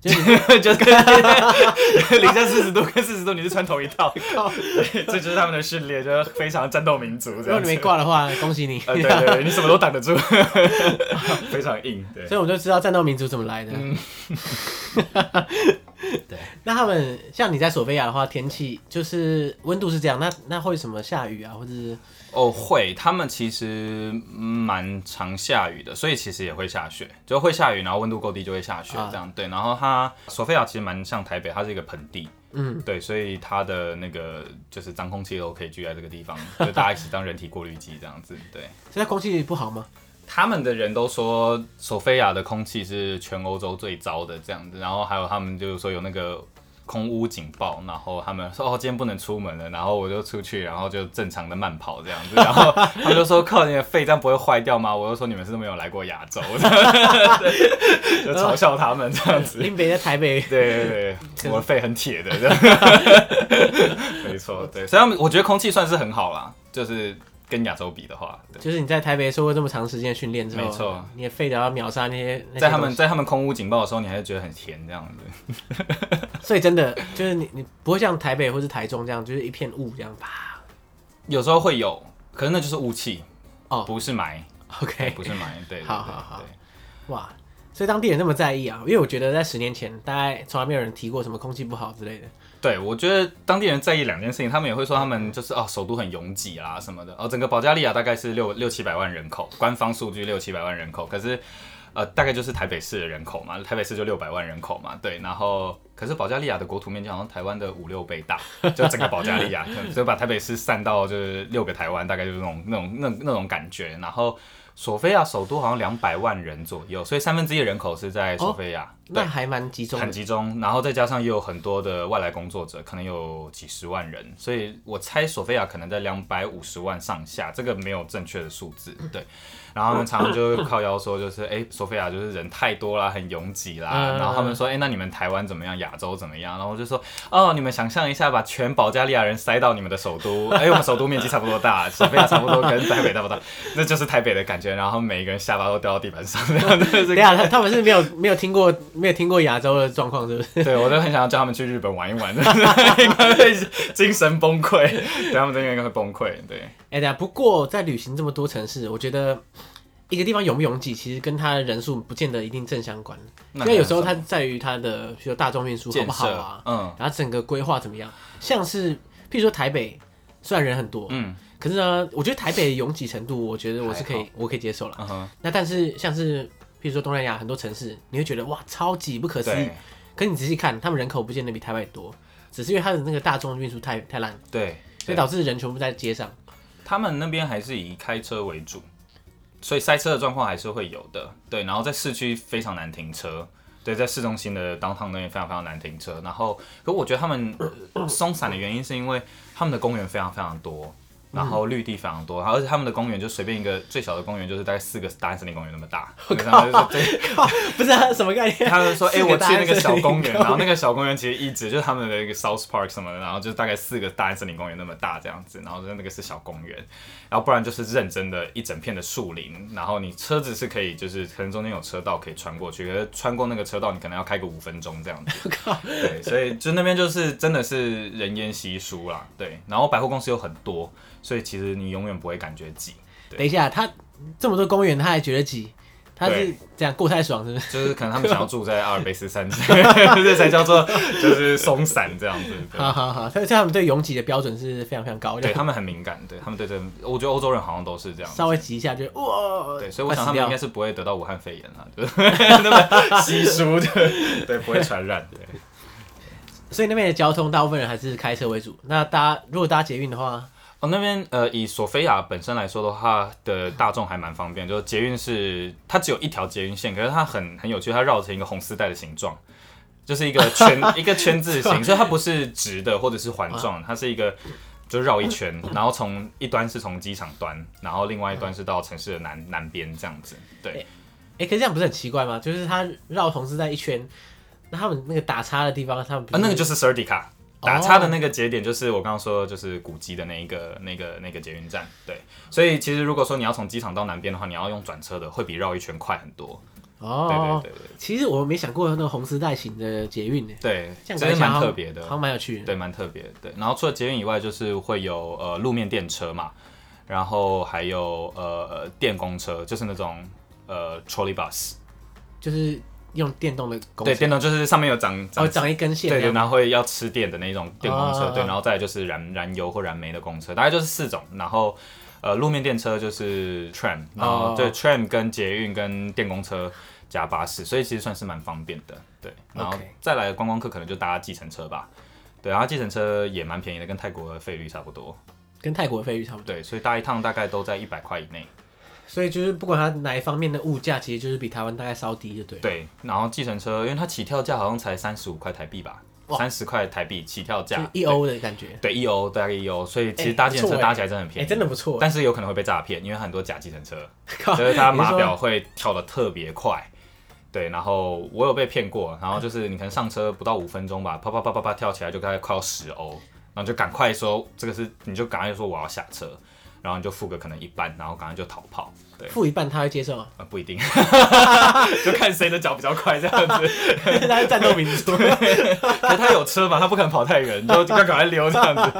就是
就是零下四十度跟四十度，你是穿同一 套，
靠
对，这就是他们的训练，就是非常战斗民族这
如果
样
你
子。
没挂的话，恭喜你。
呃，对对对，你什么都 挡得住，非常硬。对嗯
所以我就知道战斗民族怎么来的。
对，
那他们像你在索菲亚的话，天气就是温度是这样，那那会什么下雨啊，或者是
哦，会，他们其实嗯蛮常下雨的，所以其实也会下雪，就会下雨，然后温度够低就会下雪，
啊
这样对。然后它索菲亚其实蛮像台北，它是一个盆地，
嗯，
对，所以它的那个就是脏空气都可以聚在这个地方，就大家一起当人体过滤机这样子。对，
现在空气不好吗？
他们的人都说索菲亚的空气是全欧洲最糟的这样子，然后还有他们就是说有那个空污警报，然后他们说哦今天不能出门了，然后我就出去，然后就正常的慢跑这样子，然后 他们就说靠你的肺这样不会坏掉吗？我就说你们是不是没有来过亚洲，对就嘲笑他们这 样子。
林北在台北，
对对对，我的肺很铁的，这样没错，对，所以他们我觉得空气算是很好啦，就是跟亚洲比的话，对。
就是你在台北受过这么长时间的训练之后，
没错，
你的肺得要秒杀那些，那些
在他们
东西，
在他们空屋警报的时候，你还是觉得很甜这样子。
所以真的就是你你不会像台北或是台中这样，就是一片雾这样啪。
有时候会有，可是那就是雾气
哦
不是霾，对
OK，
哎不是霾，对，对
好
对
好好
对
哇，所以当地人那么在意啊，因为我觉得在十年前，大概从来没有人提过什么空气不好之类的。
对，我觉得当地人在意两件事情，他们也会说他们就是哦，首都很拥挤啦什么的。哦，整个保加利亚大概是六六七百万人口，官方数据六七百万人口，可是呃，大概就是台北市的人口嘛，台北市就六百万人口嘛，对。然后可是保加利亚的国土面积好像台湾的五六倍大，就整个保加利亚，所以把台北市散到就是六个台湾，大概就是那种那种那那种感觉。然后索菲亚首都好像两百万人左右，所以三分之一的人口是在索菲亚。
那。
对
还蛮集中
很
的。
集中，然后再加上也有很多的外来工作者，可能有几十万人，所以我猜索菲亚可能在两百五十万上下，这个没有正确的数字，
嗯
对。然后他们常常就会靠腰说，就是哎、诶索菲亚就是人太多啦，很拥挤啦。
嗯
然后他们说，哎、那你们台湾怎么样？亚洲怎么样？然后我就说，哦，你们想象一下，把全保加利亚人塞到你们的首 都，哎、我们首都面积差不多大，索菲亚差不多跟台北差不多，那就是台北的感觉。然后每一个人下巴都掉到地板上，这样就是
对啊，他他们是没有 没有听过没有听过亚洲的状况，是不 是？
对，我都很想要叫他们去日本玩一 玩，应该会精神崩溃，对他们真的应该会崩溃。对，
哎、对啊，不过在旅行这么多城市，我觉得一个地方拥不拥挤，其实跟它的人数不见得一定正相关。因
那
为有时候
还
它在于它的，比如说大众运输好
建
不
设，
好啊，
嗯
然后整个规划怎么样。像是譬如说台北，虽然人很多，
嗯
可是呢，我觉得台北的拥挤程度，我觉得我是可
还
以，我可以接受了。
嗯哼，
那但是像是譬如说东南亚很多城市，你会觉得哇超级不可思议
对，
可你仔细看，他们人口不见得比台北多，只是因为他的那个大众运输太太烂，
对，
所以导致人全部在街 上。
他们那边还是以开车为主，所以塞车的状况还是会有的。对，然后在市区非常难停车，对，在市中心的 downtown 那边非常非常难停车。然后，可我觉得他们呃松散的原因是因为他们的公园非常非常多。然后绿地非常多，而且他们的公园就随便一个最小的公园就是大概四个大安森林公园那么大，对他们就是最
不是、啊、什么概念？
他们说：“
四
哎、
个
我去
大安
那个
森
小
林
公园，
公
然后那个小公园其实一直就是他们的一个 South Park 什么的，然后就大概四个大安森林公园那么大这样子，然后就那个是小公园，然后不然就是认真的一整片的树林，然后你车子是可以就是可能中间有车道可以穿过去，可是穿过那个车道你可能要开个五分钟这样子。对，所以就那边就是真的是人烟稀疏啦，对，然后百货公司有很多，所以其实你永远不会感觉挤。”
等一下，他这么多公园，他还觉得挤，他是
对
这样过太爽是不是？
就是可能他们想要住在阿尔卑斯 山之类的，这才叫做就是松散这样子。对
好好好，所以所以他们对拥挤的标准是非常非常高
对
的，
他们很敏感，对他们对这，我觉得欧洲人好像都是这 样。
稍微挤一下就哇，
对，所以我
快死
想他们
掉
应该是不会得到武汉肺炎啊，就是 那 么稀疏的，对，不会传染。对，
所以那边的交通大部分人还是开车为主。那大家如果搭捷运的话，
哦，那边呃，以索菲亚本身来说的话，的大众还蛮方便，就是捷运是它只有一条捷运线，可是它很很有趣，它绕成一个红丝带的形状，就是一个圈 啊一个圈字 形，所以它不是直的或者是环状，它是一个就绕一圈，然后从一端是从机场端，然后另外一端是到城市的南南边这样子，对。
哎、可是这样不是很奇怪吗？就是他绕同志在一圈，那他们那个打叉的地方，他们不
啊，那个就是 Serdica 打叉的
哦
那个节点，就是我刚刚说的就是古迹的那一个、那个、那个捷运站。对，所以其实如果说你要从机场到南边的话，你要用转车的，会比绕一圈快很多。对
哦，
对对
其实我没想过那个红丝带型的捷运
欸
呢，这
对对，
样
真的
想
蛮特别的
好。像蛮有趣的。
对，蛮特别的。对，然后除了捷运以外，就是会有呃路面电车嘛，然后还有呃呃电公车，就是那种呃 trolley bus。
就是
用电动的公车，
对，电动就是上面有长
哦
长
长一根线
对
这
对，
样，
然后会要吃电的那种电公车，
啊
对，然后再来就是燃燃油或燃煤的公车，大概就是四种。然后呃，路面电车就是 tram，然后
哦
对 tram 跟捷运跟电公车加巴士，所以其实算是蛮方便的。对，然后
OK
再来观光客可能就搭计程车吧。对，然后计程车也蛮便宜的，跟泰国的费率差不多。
跟泰国的费率差不多。
对，所以搭一趟大概都在一百块以内。
所以就是不管它哪一方面的物价，其实就是比台湾大概稍低，就对了。
对，然后计程车，因为它起跳价好像才三十五块台币吧，
哇
三十块台币起跳价
就，一欧的感觉。
对，一欧大概一欧，所以其实
哎
搭
不
计程车
错
搭
哎
起来真的很便
哎，
宜，
真的不错。
但是有可能会被诈骗，因为很多假计程车，
靠
就是它码
你说
表会跳的特别快。对，然后我有被骗过，然后就是你可能上车不到五分钟吧，啪啪啪啪啪跳起来就大概快要十欧，然后就赶快说这个是，你就赶快说我要下车，然后你就付个可能一半，然后赶快就逃跑。对，
付一半他会接受 吗？
呃、不一定，就看谁的脚比较快这样子。
他是战斗民 族。
可他有车嘛，他不可能跑太远，就赶快溜这样子。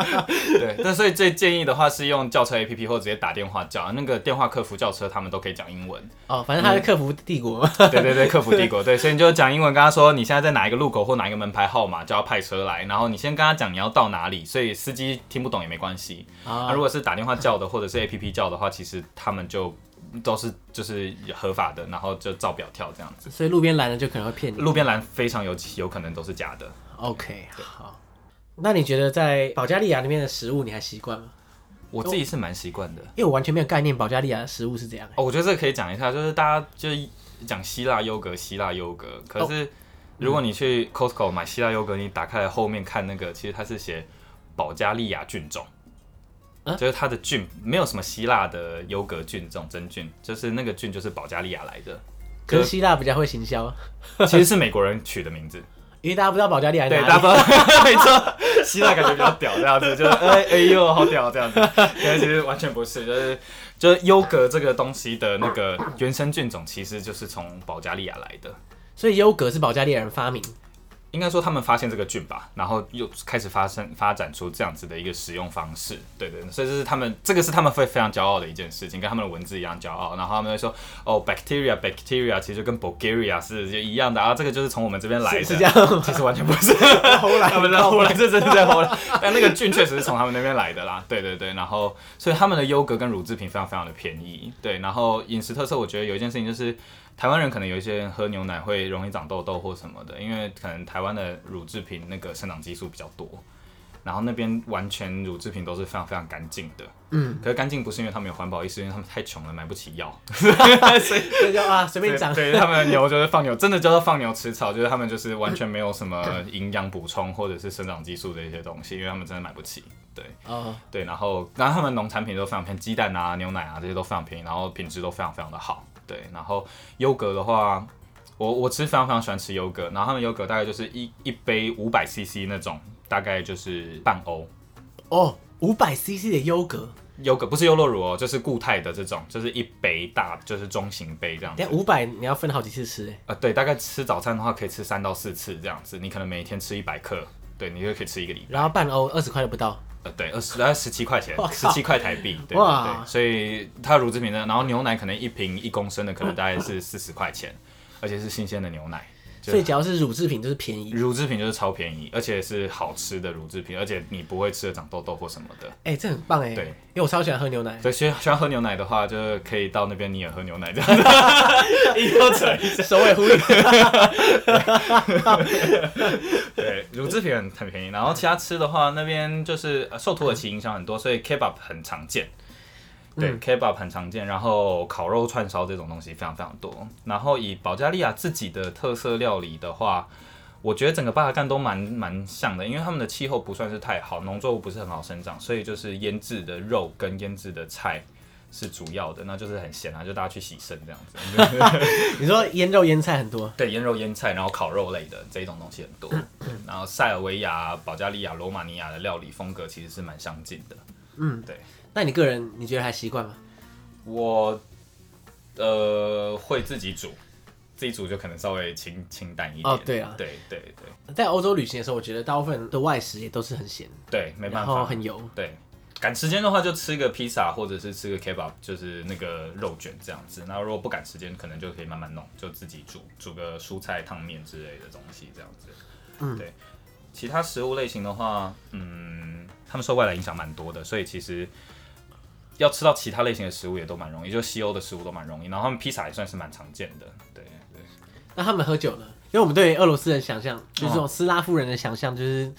对，但所以最建议的话是用轿车 APP 或直接打电话叫，那个电话客服轿车他们都可以讲英文。
哦，反正他是克服帝国嘛。
对对对，客服帝国对，所以你就讲英文跟他说你现在在哪一个路口或哪一个门牌号码，就要派车来，然后你先跟他讲你要到哪里，所以司机听不懂也没关系。那、
啊
如，果是打电话叫的或者是 APP 叫的话，其实他们就都是就是合法的，然后就照表跳这样子。
所以路边拦了就可能会骗你。
路边栏非常有有可能都是假的。
OK，好。那你觉得在保加利亚那边的食物你还习惯吗？
我自己是蛮习惯的。
因为我完全没有概念保加利亚的食物是怎样、欸。
哦，我觉得这个可以讲一下，就是大家就是讲希腊优格，希腊优格。可是如果你去 Costco 买希腊优格，你打开来后面看那个，其实它是写保加利亚菌种，
啊
就是它的菌没有什么希腊的优格菌这种真菌，就是那个菌就是保加利亚来的，
可是希腊比较会行销，
其实是美国人取的名字。
因为大家不知道保加利亚在
对，
哪里
大家不知道， 没错，希腊感觉比较屌这样子，就是哎哎呦好屌这样子， 但其实完全不是，就是就是优格这个东西的那个原生菌种，其实就是从保加利亚来的。
所以优格是保加利亚人发明。
应该说他们发现这个菌吧，然后又开始发生发展出这样子的一个使用方式，对对，对所以这是他们这个是他们会非常骄傲的一件事情，跟他们的文字一样骄傲。然后他们会说哦，bacteria bacteria 其实就跟 Bulgaria 是就一样的啊，这个就是从我们这边来的，
是是这样
其实完全不是， 他们在后来这真的在后来，但那个菌确实是从他们那边来的啦，对对对，然后所以他们的优格跟乳制品非常非常的便宜，对，然后饮食特色我觉得有一件事情就是。台湾人可能有一些人喝牛奶会容易长痘痘或什么的，因为可能台湾的乳制品那个生长激素比较多，然后那边完全乳制品都是非常非常干净的。嗯，可是干净不是因为他们有环保意识，因为他们太穷了买不起药，
所以就啊，随便长。
对，对他们的牛就是放牛，真的叫做放牛吃草，就是他们就是完全没有什么营养补充或者是生长激素的一些东西，因为他们真的买不起。对
哦，
对，然后然后他们农产品都非常便宜，鸡蛋啊、牛奶啊这些都非常便宜，然后品质都非常非常的好。对，然后优格的话，我我其实非常非常喜欢吃优格，然后他们优格大概就是一一杯五百 CC 那种，大概就是半欧。
哦，五百 CC 的优格，
优格不是优酪乳哦，就是固态的这种，就是一杯大，就是中型杯这样子
等下。五百你要分好几次吃、欸，
啊，对，大概吃早餐的话可以吃三到四次这样子，你可能每天吃一百克，对你就可以吃一个礼拜。
然后半欧二十块都不到，
呃，对，二十呃十七块钱
哇，
十
靠
七块台币，对对
哇
对，所以它乳制品呢，然后牛奶可能一瓶一公升的，可能大概是四十块钱，而且是新鲜的牛奶。就
所以只要是乳制品就是便宜。
乳制品就是超便宜，而且是好吃的乳制品，而且你不会吃的长痘痘或什么的。
哎、这很棒哎、
对
因为我超喜欢喝牛奶，
所以喜欢喜欢喝牛奶的话，就是可以到那边你也喝牛奶这样子， 一口扯一下。
首尾呼应。
对，乳制品很很便宜，然后其他吃的话，那边就是呃受土耳其影响很多，所以 kebab 很常见。对、k e b a b 很常见，然后烤肉串烧这种东西非常非常多。然后以保加利亚自己的特色料理的话，我觉得整个巴尔干都蛮蛮像的，因为他们的气候不算是太好，农作物不是很好生长，所以就是腌制的肉跟腌制的菜是主要的，那就是很咸啊，就大家去洗肾这样子。
你说腌肉腌菜很多，
对，腌肉、腌菜，然后烤肉类的这一种东西很 多。对然后塞尔维亚、保加利亚、罗马尼亚的料理风格其实是蛮相近的。
那你个人你觉得还习惯吗？
我呃会自己煮，自己煮就可能稍微清清淡一点。
哦对啊
对对对
在欧洲旅行的时候，我觉得大部分的外食也都是很咸，
对，没
然
办
后
法。
很油。
对，赶时间的话，就吃个披萨或者是吃个 kebab，就是那个肉卷这样子。那如果不赶时间，可能就可以慢慢弄，就自己煮煮个蔬菜汤面之类的东西这样子。
嗯
对。其他食物类型的话，嗯，他们受外来影响蛮多的，所以其实要吃到其他类型的食物也都蛮容易，就西欧的食物都蛮容易。然后他们披萨也算是蛮常见的，对对。
那他们喝酒呢？因为我们对俄罗斯人想象，就是这种斯拉夫人的想象，就是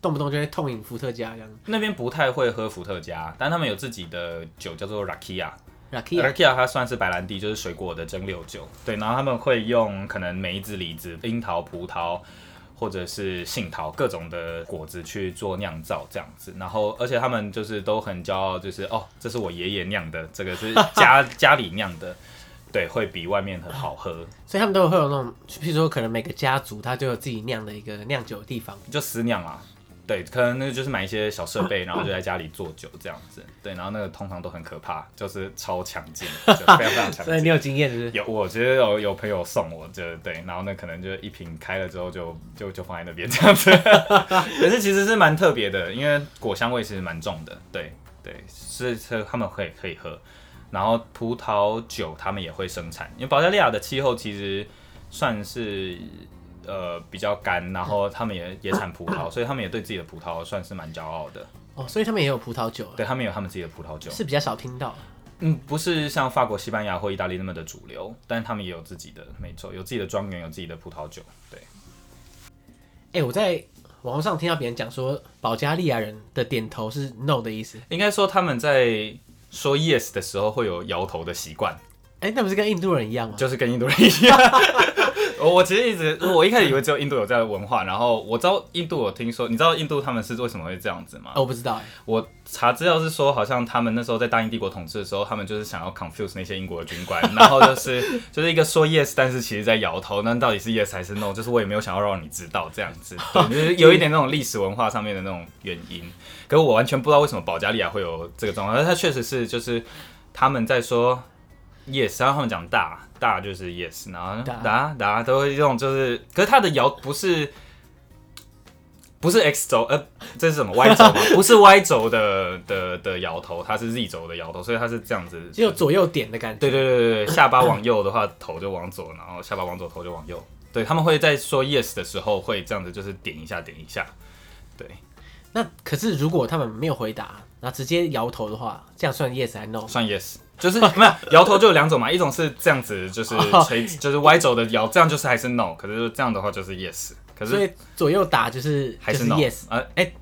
动不动就会痛饮伏特加这样。
那边不太会喝伏特加，但他们有自己的酒叫做 rakia，
Rakia，
Rakia 它算是白兰地，就是水果的蒸馏酒。对，然后他们会用可能梅子、李子、樱桃、葡萄，或者是杏桃各种的果子去做酿造这样子。然后，而且他们就是都很骄傲，就是哦，这是我爷爷酿的，这个是家 家里酿的，对，会比外面的好喝。
所以他们都会有那种，譬如说可能每个家族他都有自己酿的一个酿酒的地方。
就私酿啊。对，可能那个就是买一些小设备，然后就在家里做酒这样子。对，然后那个通常都很可怕，就是超强劲，就非常非常 强
所以
劲
你。有经验是不是？
有，我觉得有有朋友送我，就对，然后那可能就一瓶开了之后就就就放在那边这样子， 可是其实是蛮特别的，因为果香味其实蛮重的，对对，是是他们可以可以喝，然后葡萄酒他们也会生产，因为保加利亚的气候其实算是呃比较干，然后他们也也产葡萄，所以他们也对自己的葡萄算是蛮骄傲的，
哦，所以他们也有葡萄酒，啊
对他们有他们自己的葡萄酒，
是比较少听到。
嗯，不是像法国、西班牙或意大利那么的主流，但他们也有自己的，没错，有自己的庄园，有自己的葡萄酒。对，
哎、我在网络上听到别人讲说，保加利亚人的点头是 no 的意思。
应该说他们在说 yes 的时候会有摇头的习惯，
哎、那不是跟印度人一样吗？
就是跟印度人一样。 我我其实一直，我一开始以为只有印度有这样的文化，然后我知道印度，我听说，你知道印度他们是为什么会这样子吗？
哦，我不知道哎、
我查资料是说，好像他们那时候在大英帝国统治的时候，他们就是想要 confuse 那些英国的军官，然后就是就是一个说 yes，但是其实在摇头，那到底是 yes 还是 no？就是我也没有想要让你知道这样子，对，就是有一点那种历史文化上面的那种原因。可是我完全不知道为什么保加利亚会有这个状况，但是它确实是就是他们在说 yes，然后他们讲大大就是 yes，然后
大
达达都会用就是，可是它的摇不是。不是 X 轴，呃，这是什么 Y 轴吗？ 不是 Y 轴的的的摇头，它是 Z 轴的摇头，所以它是这样子。
只有左右点的感觉。
对对对对对，下巴往右的话， 头就往左，然后下巴往左，头就往右。对他们会在说 yes 的时候会这样子，就是点一下点一下。对，
那可是如果他们没有回答，然后直接摇头的话，这样算 yes 还 no？
算 yes，就是没有摇头就有两种嘛，一种是这样子， 就是
哦
垂，就是 Y 轴的摇，这样就是还是 no，可是这样的话就是 yes，可
所
是
以左右打就是
还
就是
no，
yes，
呃，哎、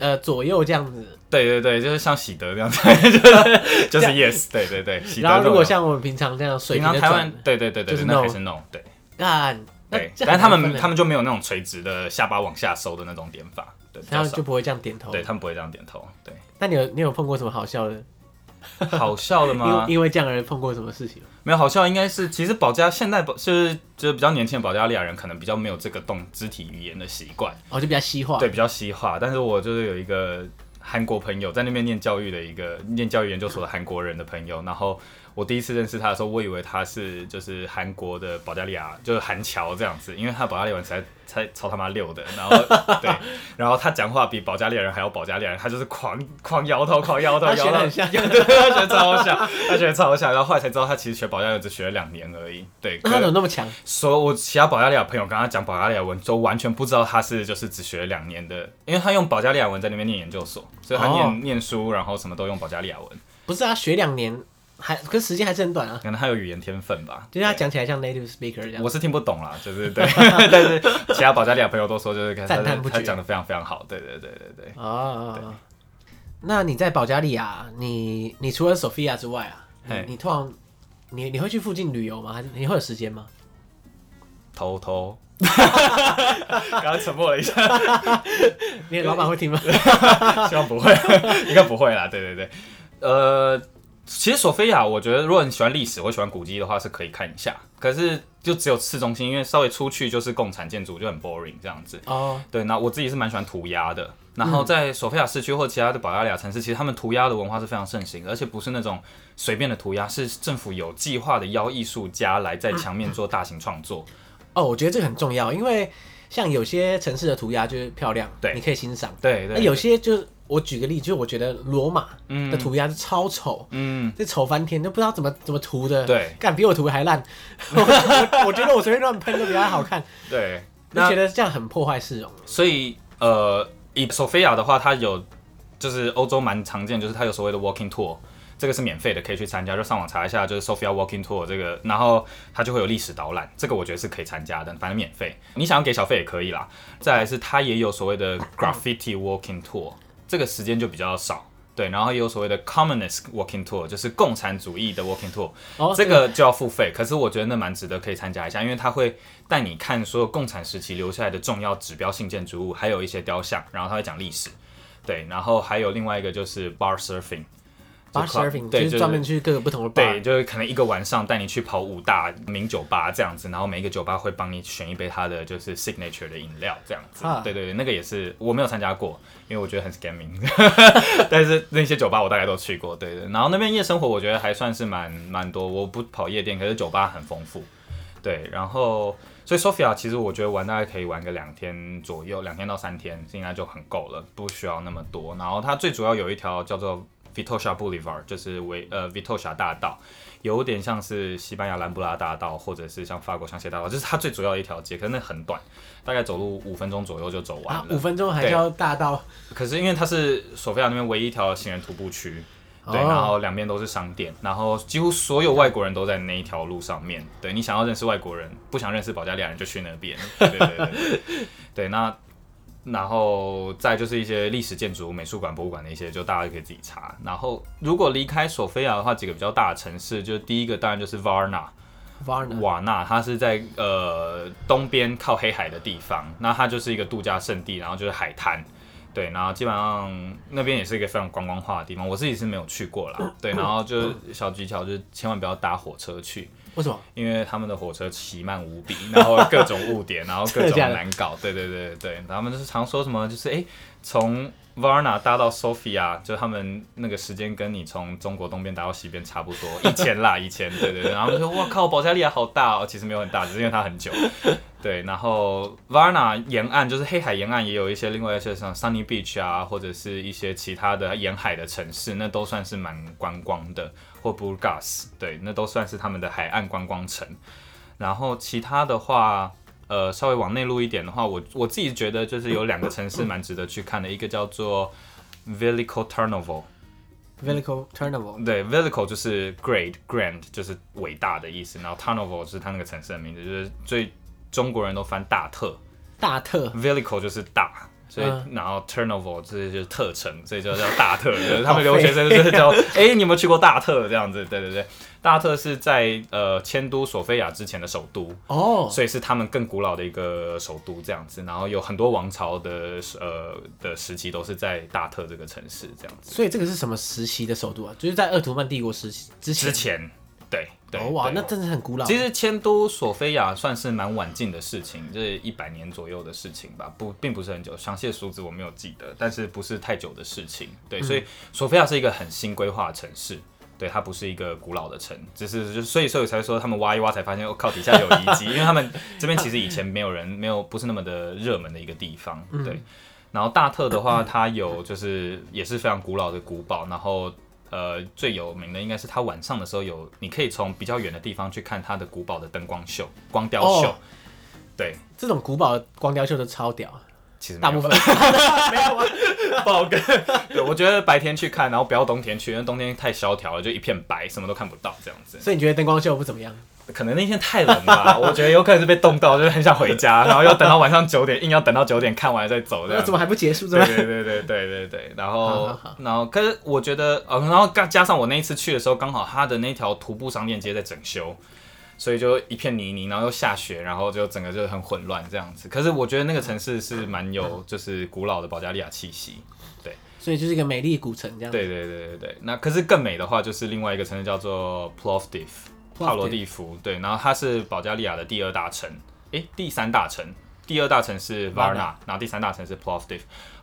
呃，左右这样子。
对对对，就是像喜德那样， 就是就是 yes，对对对，喜德
然后
这
如
种
果
摇
像我们平常这样水
平
平的
常台湾
转，
对对对对，
就是
对那
no
还是 no，对
干，那
对，
这
但
样
是他
很麻
们
烦
他们就没有那种垂直的下巴往下收的那种点法，对，比
然
较
后
少
就，不会这样点头。
对他们不会这样点头， 对，
那你有你有碰过什么好笑的？
好笑的
因
吗
为？因为这样而碰过什么事情吗？
没有好笑，应该是其实保加现代保就是就是比较年轻的保加利亚人可能比较没有这个动肢体语言的习惯，
哦，就比较西化。
对，比较西化。但是我就是有一个韩国朋友在那边念教育的一个念教育研究所的韩国人的朋友，然后我第一次认识他的时候，我以为他是就是韩国的保加利亚，就是韩侨这样子，因为他保加利亚人才才超他妈溜的，然后 对，然后他讲话比保加利亚人还要保加利亚人，他就是狂狂摇头，狂摇头，
他
摇
学
头
得很像
对，他学得超像，他学得超像，然后后来才知道他其实学保加利亚只学了两年而已，对，
那
可
他怎么那么强？
所以我其他保加利亚朋友跟他讲保加利亚文，都完全不知道他是就是只学了两年的，因为他用保加利亚文在那边念研究所，所以他念、
哦
念书，然后什么都用保加利亚文，
不是啊，学两年还可是时间还是很短啊，
可能他有语言天分吧。
就是他
对
讲起来像 native speaker 这样。
我是听不懂啦，就是 对，但是其他保加利亚朋友都说就是他
赞叹不绝
他讲的非常非常好，对对对对对。
哦，那你在保加利亚，你你除了 Sofia 之外啊，
嘿
你你通常你你会去附近旅游吗？还是你会有时间吗？
偷偷，刚刚沉默了一下，
你的老板会 听吗？
希望不会， 应该不会啦。对对对，呃，其实索菲亚，我觉得如果你喜欢历史或喜欢古迹的话，是可以看一下。可是就只有市中心，因为稍微出去就是共产建筑，就很 boring 这样子。
哦，
对，那我自己是蛮喜欢涂鸦的。然后在索菲亚市区或其他的保加利亚城市，其实他们涂鸦的文化是非常盛行的，而且不是那种随便的涂鸦，是政府有计划的邀艺术家来在墙面做大型创作。
哦，我觉得这个很重要，因为像有些城市的涂鸦就是漂亮，
对
你可以欣赏。
对
那
对，
哎有些就
我举个例，就是我觉得罗马的涂鸦是超丑，
嗯，
这丑翻天，都不知道怎么怎么涂的，
对
干比我涂还烂。 我我我觉得我随便乱喷都比他好 看，
对。
就觉得这样很破坏市容。
所以呃，以索菲亚的话，它有就是欧洲蛮常见，就是它有所谓的 walking tour，这个是免费的，可以去参加，就上网查一下，就是 Sofia walking tour 这个，然后它就会有历史导览，这个我觉得是可以参加的，反正免费，你想要给小费也可以啦。再来是它也有所谓的 graffiti walking tour，这个时间就比较少。对，然后也有所谓的 communist walking tour，就是共产主义的 walking tour，
哦
这个就要付费，可是我觉得那蛮值得可以参加一下，因为它会带你看所有共产时期留下来的重要指标性建筑物，还有一些雕像，然后它会讲历史。对，然后还有另外一个就是 bar surfing。
bar
就 club-
surfing
对
就是专门去各个不同的 bar，
对，就是可能一个晚上带你去跑五大名酒吧这样子，然后每一个酒吧会帮你选一杯它的就是 signature 的饮料这样子
啊。
对对对，那个也是我没有参加过，因为我觉得很 scamming，但是那些酒吧我大概都去过。对对，然后那边夜生活我觉得还算是蛮蛮多，我不跑夜店，可是酒吧很丰富。对，然后所以 Sophia 其实我觉得玩大概可以玩个两天左右，两天到三天应该就很够了，不需要那么多。然后它最主要有一条叫做 Vitosha Boulevard，就是维呃 Vitosha 大道，有点像是西班牙兰布拉大道，或者是像法国香榭大道，就是它最主要的一条街，可是那很短，大概走路五分钟左右就走完
啊
了。，
五分钟还要大到
可是因为它是索菲亚那边唯一一条行人徒步区，对，
哦
然后两边都是商店，然后几乎所有外国人都在那一条路上面。对你想要认识外国人，不想认识保加利亚人就去那边。对对对对，对那。然后再就是一些历史建筑、美术馆、博物馆的一些，就大家可以自己查。然后如果离开索菲亚的话，几个比较大的城市，就第一个当然就是 Varna，
varna，
瓦纳，它是在呃东边靠黑海的地方，那它就是一个度假胜地，然后就是海滩，对，然后基本上那边也是一个非常观光化的地方，我自己是没有去过啦，对，然后就是小技巧就是千万不要搭火车去，
为什么？
因为他们的火车奇慢无比， 然后各种误点，然后各
真的
种
假的
难搞。对对对对对，他们就是常说什么，就是哎，诶从 Varna 搭到 Sofia，就他们那个时间跟你从中国东边搭到西边差不多，以前啦，以前，对对对。然后他们说，哇靠，保加利亚好大哦，其实没有很大，只是因为它很久。对，然后 Varna 沿岸就是黑海沿岸也有一些另外一些像 Sunny Beach 啊，或者是一些其他的沿海的城市，那都算是蛮观光的，或 Burgas，对，那都算是他们的海岸观光城。然后其他的话，呃，稍微往内陆一点的话，我我自己觉得就是有两个城市蛮值得去看的，一个叫做 Veliko Tarnovo，
Velico Turnover，
对，Veliko 就是 great grand 就是伟大的意思，然后 Tarnovo 是它那个城市的名字，就是最中国人都翻大特，
大特
Velico 就是大，所以、
嗯
然后 Turnover 这就是特城，所以就叫大特。 就是他们留学生就是叫， 哎、你有没有去过大特？这样子，对对对，大特是在呃迁都索菲亚之前的首都，
哦，
所以是他们更古老的一个首都这样子。然后有很多王朝的呃的时期都是在大特这个城市这样子。
所以这个是什么时期的首都啊？就是在鄂图曼帝国时期之前。
之前，对对，
哦哇，
对
那真的很古老。
其实迁都索菲亚算是蛮晚近的事情，就是一百年左右的事情吧，不，并不是很久。详细的数字我没有记得，但是不是太久的事情。对，所以索菲亚是一个很新规划的城市。对，它不是一个古老的城，只是就所以所以才说他们挖一挖才发现，我、哦靠，底下有遗迹，因为他们这边其实以前没有人没有不是那么的热门的一个地方，对。然后大特的话，它有就是也是非常古老的古堡，然后呃，最有名的应该是它晚上的时候有，你可以从比较远的地方去看它的古堡的灯光秀、光雕秀。
哦
对，
这种古堡光雕秀都超屌，
其实没有
大 部分没有啊。
不好跟。对，我觉得白天去看，然后不要冬天去，因为冬天太萧条了，就一片白，什么都看不到这样子。
所以你觉得灯光秀不怎么样？
可能那天太冷 吧，我觉得有可能是被冻到，就是很想回家，然后又等到晚上九点，硬要等到九点看完再走这
那
样
怎
子
么。还不结束？怎
对啊
么
对对对对对对，然
好好
后
好
然后，可是我觉得，呃，然后加加上我那一次去的时候，刚好他的那条徒步商店街在整修，所以就一片泥泞，然后又下雪，然后就整个就很混乱这样子。可是我觉得那个城市是蛮有就是古老的保加利亚气息，
所以就是一个美丽古城这样。
对对对对对，那可是更美的话，就是另外一个城市叫做 Plovdiv，帕罗蒂夫。对，然后它是保加利亚的第二大城，诶，第三大城，第二大城是
Varna
Varna，然后第三大城是 Plovdiv。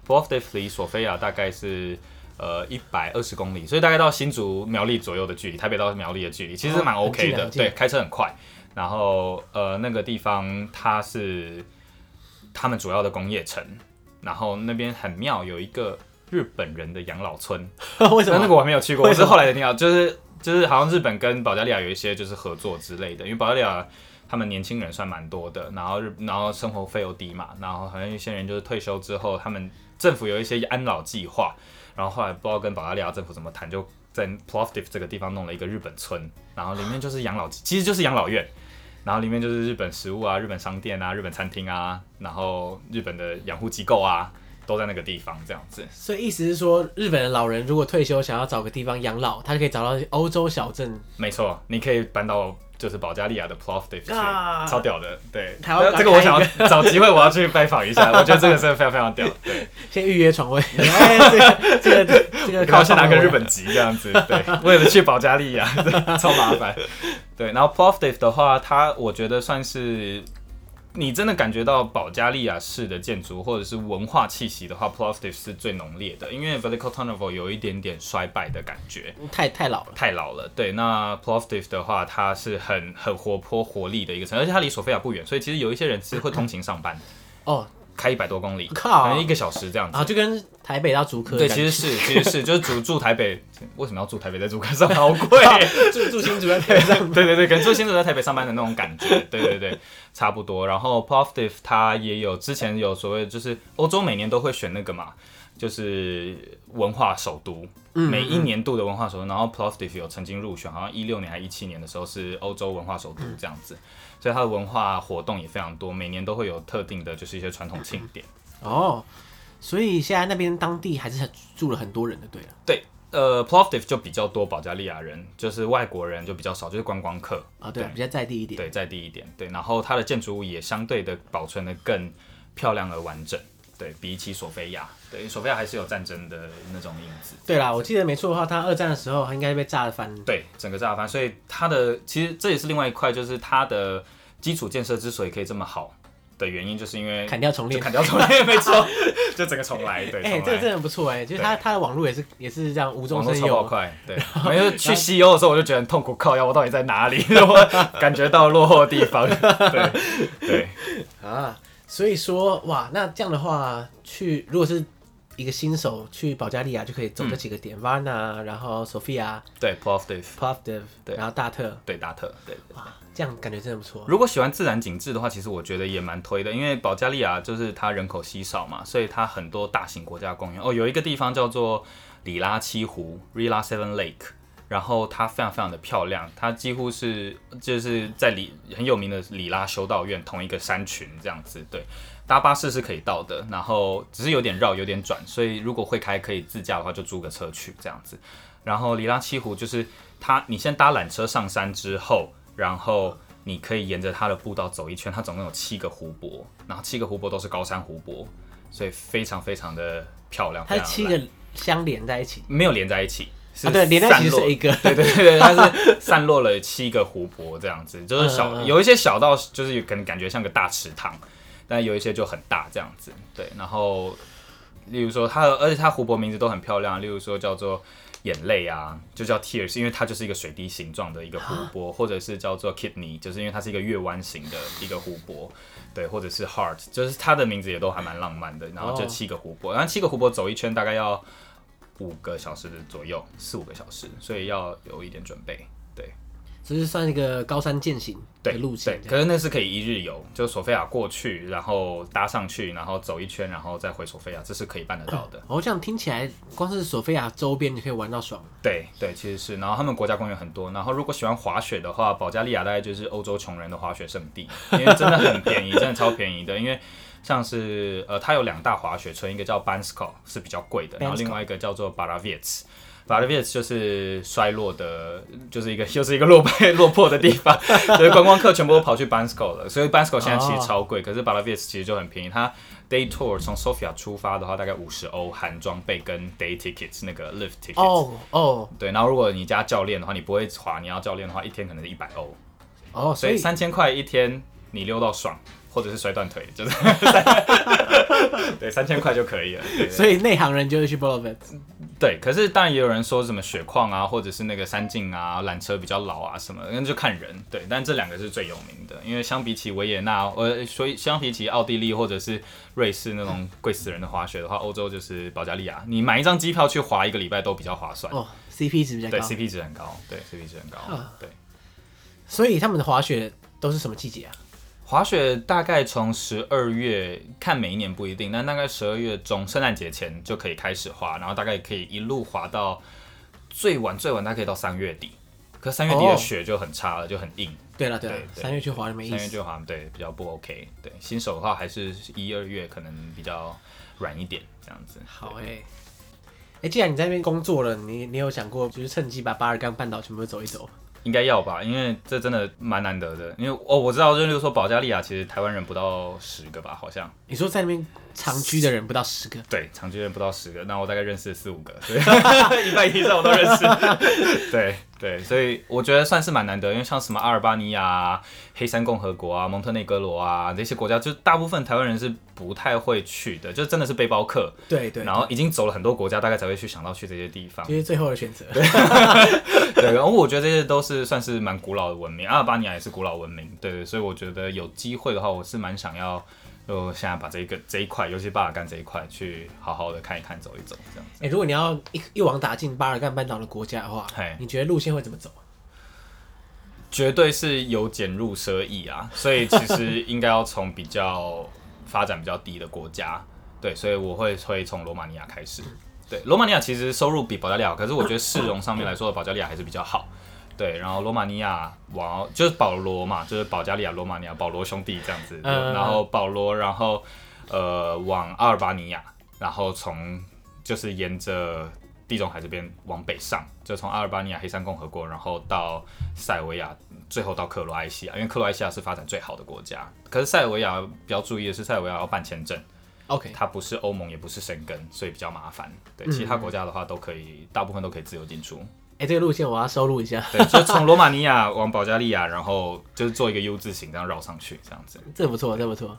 Plovdiv 离索菲亚大概是呃一百二十公里，所以大概到新竹苗栗左右的距离，台北到苗栗的距离，其实
哦
蛮
很
OK
近啊
的，
很近
对，开车很快。然后呃，那个地方它是他们主要的工业城，然后那边很妙，有一个日本人的养老村，
为什
那
么？
那个我还没有去过，
为
我
什么
是后来才听到，就是就是好像日本跟保加利亚有一些就是合作之类的，因为保加利亚他们年轻人算蛮多的，然后日然后生活费又低嘛，然后好像有些人就是退休之后，他们政府有一些安老计划，然后后来不知道跟保加利亚政府怎么谈，就在 Plovdiv 这个地方弄了一个日本村，然后里面就是养老，其实就是养老院。然后里面就是日本食物啊、日本商店啊、日本餐厅啊，然后日本的养护机构啊，都在那个地方这样子。
所以意思是说，日本的老人如果退休想要找个地方养老，他就可以找到欧洲小镇。
没错，你可以搬到就是保加利亚的 Plovdiv 去，
啊
超屌的。对，
台湾
这个我想要找机会我要去拜访 一下，我觉得这个真的非常非常屌。对，
先预约床 位，哎 这个这个这个
然
靠
后先拿个
床位
日本籍这样子，对，为了去保加利亚， 超麻烦。对，然后 Plovdiv 的话，它我觉得算是。你真的感觉到保加利亚式的建筑或者是文化气息的话，Plovdiv 是最浓烈的，因为 Veliko Tarnovo 有一点点衰败的感觉。
太太老了。
太老了。对，那 Plovdiv 的话，它是很很活泼活力的一个城，而且它离索菲亚不远，所以其实有一些人是会通勤上班，
哦，
开一百多公里，
靠
可能一个小时这样子。
啊，就跟台北到竹科的
对，
感
其
觉，
实是，其实是，就是住住台北，为什么要住台北，在住上 好贵？
住住新竹在台 上
对对对，跟住新竹在台北上班的那种感觉，对对对，差不多。然后 Plovdiv 它也有之前有所谓，就是欧洲每年都会选那个嘛，就是文化首都，每一年度的文化首都。然后 Plovdiv 有曾经入选，好像一六年还一七年的时候是欧洲文化首都这样子，所以它的文化活动也非常多，每年都会有特定的，就是一些传统庆典。
哦，所以现在那边当地还是很住了很多人的，对了。
对，呃，Plovdiv 就比较多保加利亚人，就是外国人就比较少，就是观光客。
啊，对啊，比较在地一点。
对，再低一点，对，然后它的建筑物也相对的保存的更漂亮而完整，对比起索菲亚，对，索菲亚还是有战争的那种影子，
对啦，我记得没错的话，他二战的时候他应该被炸得翻。
对，整个炸翻，所以它的其实这也是另外一块，就是它的基础建设之所以可以这么好的原因，就是因为
砍掉重
就
练
砍，掉重 练，没错，就整个重来，对，重
哎、
来。
这个真的很不错哎、就是他他的网络也是也是这样无中
网络
生
超爆
有，
快，对，没有去西欧的时候我就觉得很痛苦，靠腰我到底在哪里？ 我感觉到落后的 地方，对对，
啊，所以说哇，那这样的话，去如果是一个新手去保加利亚，就可以走这几个点、v a n a 然后 Sofia、
对 p l o v d i v
Plovdiv，
嗯对啊
然后大特，
对达特，对。
哇，这样感觉真的不错。
如果喜欢自然景致的话，其实我觉得也蛮推的，因为保加利亚就是它人口稀少嘛，所以它很多大型国家公园。哦，有一个地方叫做里拉七湖 （Rila Seven Lake），然后它非常非常的漂亮，它几乎是就是在里很有名的里拉修道院同一个山群这样子。对，搭巴士是可以到的，然后只是有点绕，有点转，所以如果会开可以自驾的话，就租个车去这样子。然后里拉七湖就是它，你先搭缆车上山之后，然后你可以沿着它的步道走一圈，它总共有七个湖泊，然后七个湖泊都是高山湖泊，所以非常非常的漂亮。
它
非
是
常
七
蓝
个相连在一起，
没有连在一起，是、
啊对连在一起是一个
对对对，它是散落了七个湖泊这样子，就是小、
嗯嗯嗯
有一些小到就是有可能感觉像个大池塘，但有一些就很大这样子。对，然后例如说它的，而且它湖泊名字都很漂亮，例如说叫做。眼泪啊，就叫 tears，因为它就是一个水滴形状的一个湖泊，或者是叫做 kidney，就是因为它是一个月弯形的一个湖泊，对，或者是 heart，就是它的名字也都还蛮浪漫的。然后就
哦
七个湖泊，然后七个湖泊走一圈大概要五个小时左右，四五个小时，所以要有一点准备。对
这是算一个高山践行的
对，
路线
对
这样。
可是那是可以一日游，就索菲亚过去，然后搭上去，然后走一圈，然后再回索菲亚，这是可以办得到的。
哦，这样听起来，光是索菲亚周边就可以玩到爽了。
对对，其实是。然后他们国家公园很多，然后如果喜欢滑雪的话，保加利亚大概就是欧洲穷人的滑雪圣地， 因为真的很便宜，真的超便宜的。因为像是呃，它有两大滑雪村，一个叫 Bansko 是比较贵的，然后
Bansko
另外一个叫做 b a r a v i e t s b a r a v i e t s 就是衰落的，就是一个又是一个落败落魄的地 方，所以观光客全部都跑去 Bansko 了。所以 Bansko 现在其
哦
实超贵，可是 b a r a v i e t s 其实就很便宜，它 day tour 从 Sofia 出发的话，大概五十欧含装备跟 day tickets 那个 lift tickets。
哦哦
对，然后如果你加教练的话，你不会滑，你要教练的话，一天可能是一百欧，
哦，所
所以
以
三千块一天你溜到爽，或者是摔断腿，就是 对三千块就可以了。对对
所以内行人就会去 b o l o v e t
对，可是当然也有人说什么雪矿啊，或者是那个山径啊，缆车比较老啊什么的，那就看人。对，但这两个是最有名的，因为相比起维也纳，呃，所以相比起奥地利或者是瑞士那种贵死人的滑雪的话，欧洲就是保加利亚，你买一张机票去滑一个礼拜都比较划算。
哦，CP 值比较
对
高。
，CP 值很高，对，CP 值很高，对。
所以他们的滑雪都是什么季节啊？
滑雪大概从十二月，看每一年不一定，但大概十二月中圣诞节前就可以开始滑，然后大概可以一路滑到最晚最晚大概可以到三月底。可三月底
哦
的雪就很差了，就很硬。
对了对了
对，对
三月去滑就没意
三月
思。
就滑对比较不 OK。对，新手的话还是一二月可能比较软一点这样子。
好哎、欸，哎、既然你在那边工作了，你你有想过就是趁机把巴尔干半岛全部都走一走？
应该要吧，因为这真的蛮难得的。因为哦，我知道，就是说保加利亚其实台湾人不到十个吧，好像
你说在那边长居的人不到十个，
对，长居人不到十个，那我大概认识四五个，对， 一半以上我都认识。 对对，所以我觉得算是蛮难得，因为像什么阿尔巴尼亚、啊、黑山共和国啊、蒙特内哥罗啊这些国家，就大部分台湾人是不太会去的，就真的是背包客，
对对，
然后已经走了很多国家，大概才会去想到去这些地方
这。是最后的选择。
对，然后我觉得这些都是算是蛮古老的文明，阿尔巴尼亚也是古老文明，对对，所以我觉得有机会的话，我是蛮想要，就现在把这一个这一块，尤其巴尔干这一块，去好好的看一看、走一走，这样 子。
哎、如果你要一一网打尽巴尔干半岛的国家的话
嘿，
你觉得路线会怎么走？
绝对是由俭入奢易啊， 所以其实应该要从比较发展比较低的国家，对，所以我会会从罗马尼亚开始。对，罗马尼亚其实收入比保加利亚好，可是我觉得市容上面来说，保加利亚还是比较好。对，然后罗马尼亚往就是保罗嘛，就是保加利亚、罗马尼亚、保罗兄弟这样子，对
嗯
然后保罗，然后呃往阿尔巴尼亚，然后从就是沿着地中海这边往北上，就从阿尔巴尼亚、黑山共和国，然后到塞尔维亚，最后到克罗埃西亚，因为克罗埃西亚是发展最好的国家。可是塞尔维亚比较注意的是，塞尔维亚要办签证，
OK，
它不是欧盟，也不是申根，所以比较麻烦。
嗯
对，其他国家的话都可以，大部分都可以自由进出。
哎、这个路线我要收录一下，
对， 就从罗马尼亚往保加利亚，然后就是做一个 U 字形，这样绕上去，这样子。
这不错，这不错。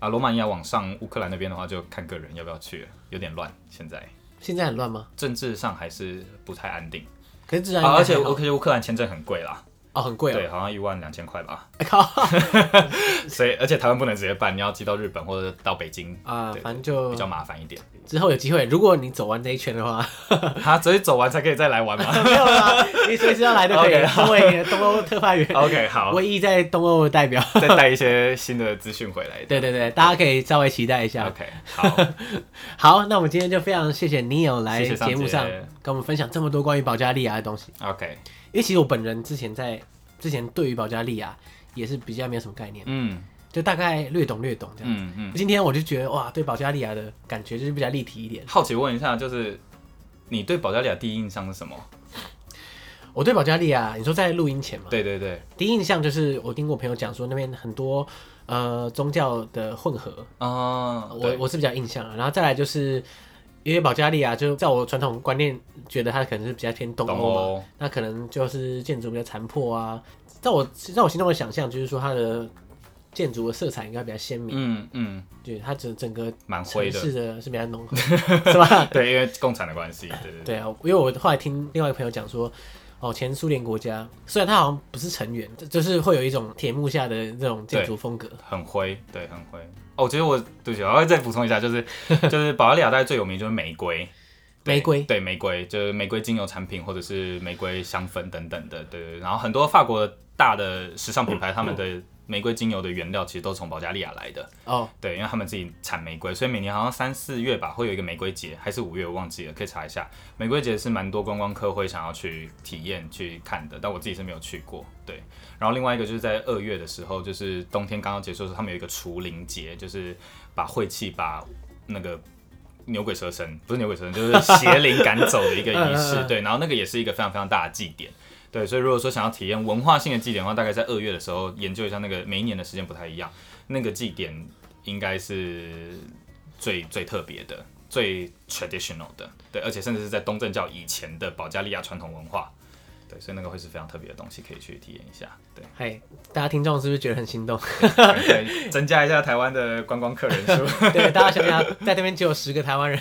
啊，罗马尼亚往上乌克兰那边的话，就看个人要不要去了，有点乱。现在
现在很乱吗？
政治上还是不太安定，
可是自然、
啊、而且乌克乌克兰签证很贵啦，
哦很贵哦、
对，好像一万两千块吧。
哎 靠
所以而且台湾不能直接办，你要寄到日本或者到北京，
啊，
对
反正
比较
就
麻烦一点。
之后有机会，如果你走完这一圈的话，
他只有走完才可以再来玩 吗
哦没有 啦，你随时要来都可以
OK，。
作为东欧特派员，
？OK，好，
唯一在东欧的代表。
再带一些新的资讯回来。
对对对，大家可以稍微期待一下。
，OK，好，
好，那我们今天就非常谢谢 Neil 来
谢谢尚
节目
杰
上跟我们分享这么多关于保加利亚的东西。
OK，
因为其实我本人之前在之前对于保加利亚也是比较没有什么概念，
嗯
就大概略懂略懂这样。
嗯嗯。
今天我就觉得哇，对保加利亚的感觉就是比较立体一点。
好奇问一下，就是你对保加利亚第一印象是什么？
我对保加利亚，你说在录音前嘛，
对对对，
第一印象就是我听过朋友讲说那边很多呃宗教的混合，
啊、
我
对
我是比较印象的。然后再来就是因为保加利亚，就在我传统观念觉得它可能是比较偏东
懂
欧嘛，
哦，
那可能就是建筑比较残破啊。在我在我心中的想象就是说它的建筑的色彩应该比较鲜明，
嗯嗯，
对它整整个
蛮
城
灰的，
市的是比较浓厚， 是吧？
对，因为共产的关系，对对对，
对啊，因为我后来听另外一个朋友讲说，哦，前苏联国家虽然它好像不是成员，就就是会有一种铁幕下的这种建筑风格。
很灰，对，很灰。哦，其实我对不起，我要再补充一下，就是 就是保加利亚大概最有名就是玫瑰。对
玫瑰
对玫瑰就是玫瑰精油产品或者是玫瑰香氛等等的，对对对。然后很多法国大的时尚品牌，他们的玫瑰精油的原料其实都从保加利亚来的，
哦，
对，因为他们自己产玫瑰，所以每年好像三四月吧，会有一个玫瑰节，还是五月我忘记了，可以查一下。玫瑰节是蛮多观光客会想要去体验、去看的，但我自己是没有去过。对，然后另外一个就是在二月的时候，就是冬天刚刚结束的时候，他们有一个除灵节，就是把晦气、把那个牛鬼蛇神，不是牛鬼蛇神，就是邪灵赶走的一个仪
嗯嗯
式。
嗯
对，然后那个也是一个非常非常大的祭典。对，所以如果说想要体验文化性的祭典的话，大概在二月的时候研究一下那个每一年的时间不太一样，那个祭典应该是最最特别的、最 traditional 的，对，而且甚至是在东正教以前的保加利亚传统文化，对，所以那个会是非常特别的东西，可以去体验一下。 对，
嗨，大家听众是不是觉得很心动？
可以增加一下台湾的观光客人数。
对，大家想想，在那边只有十个台湾人，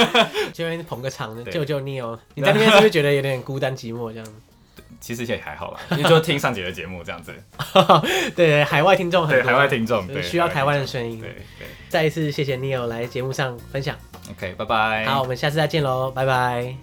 这边捧个场，
对
救救你 哦！你在那边是不是觉得有点孤单寂寞这样？
其实也还好啦，因为就听上节的节目这样子。
对，海外听众很
对，
多，
海外听众，
就是
对，
需要台湾的
听
声音
众。。对对
再一次谢谢 Neil 来节目上分享，
，OK，拜拜。
好，我们下次再见喽，拜拜。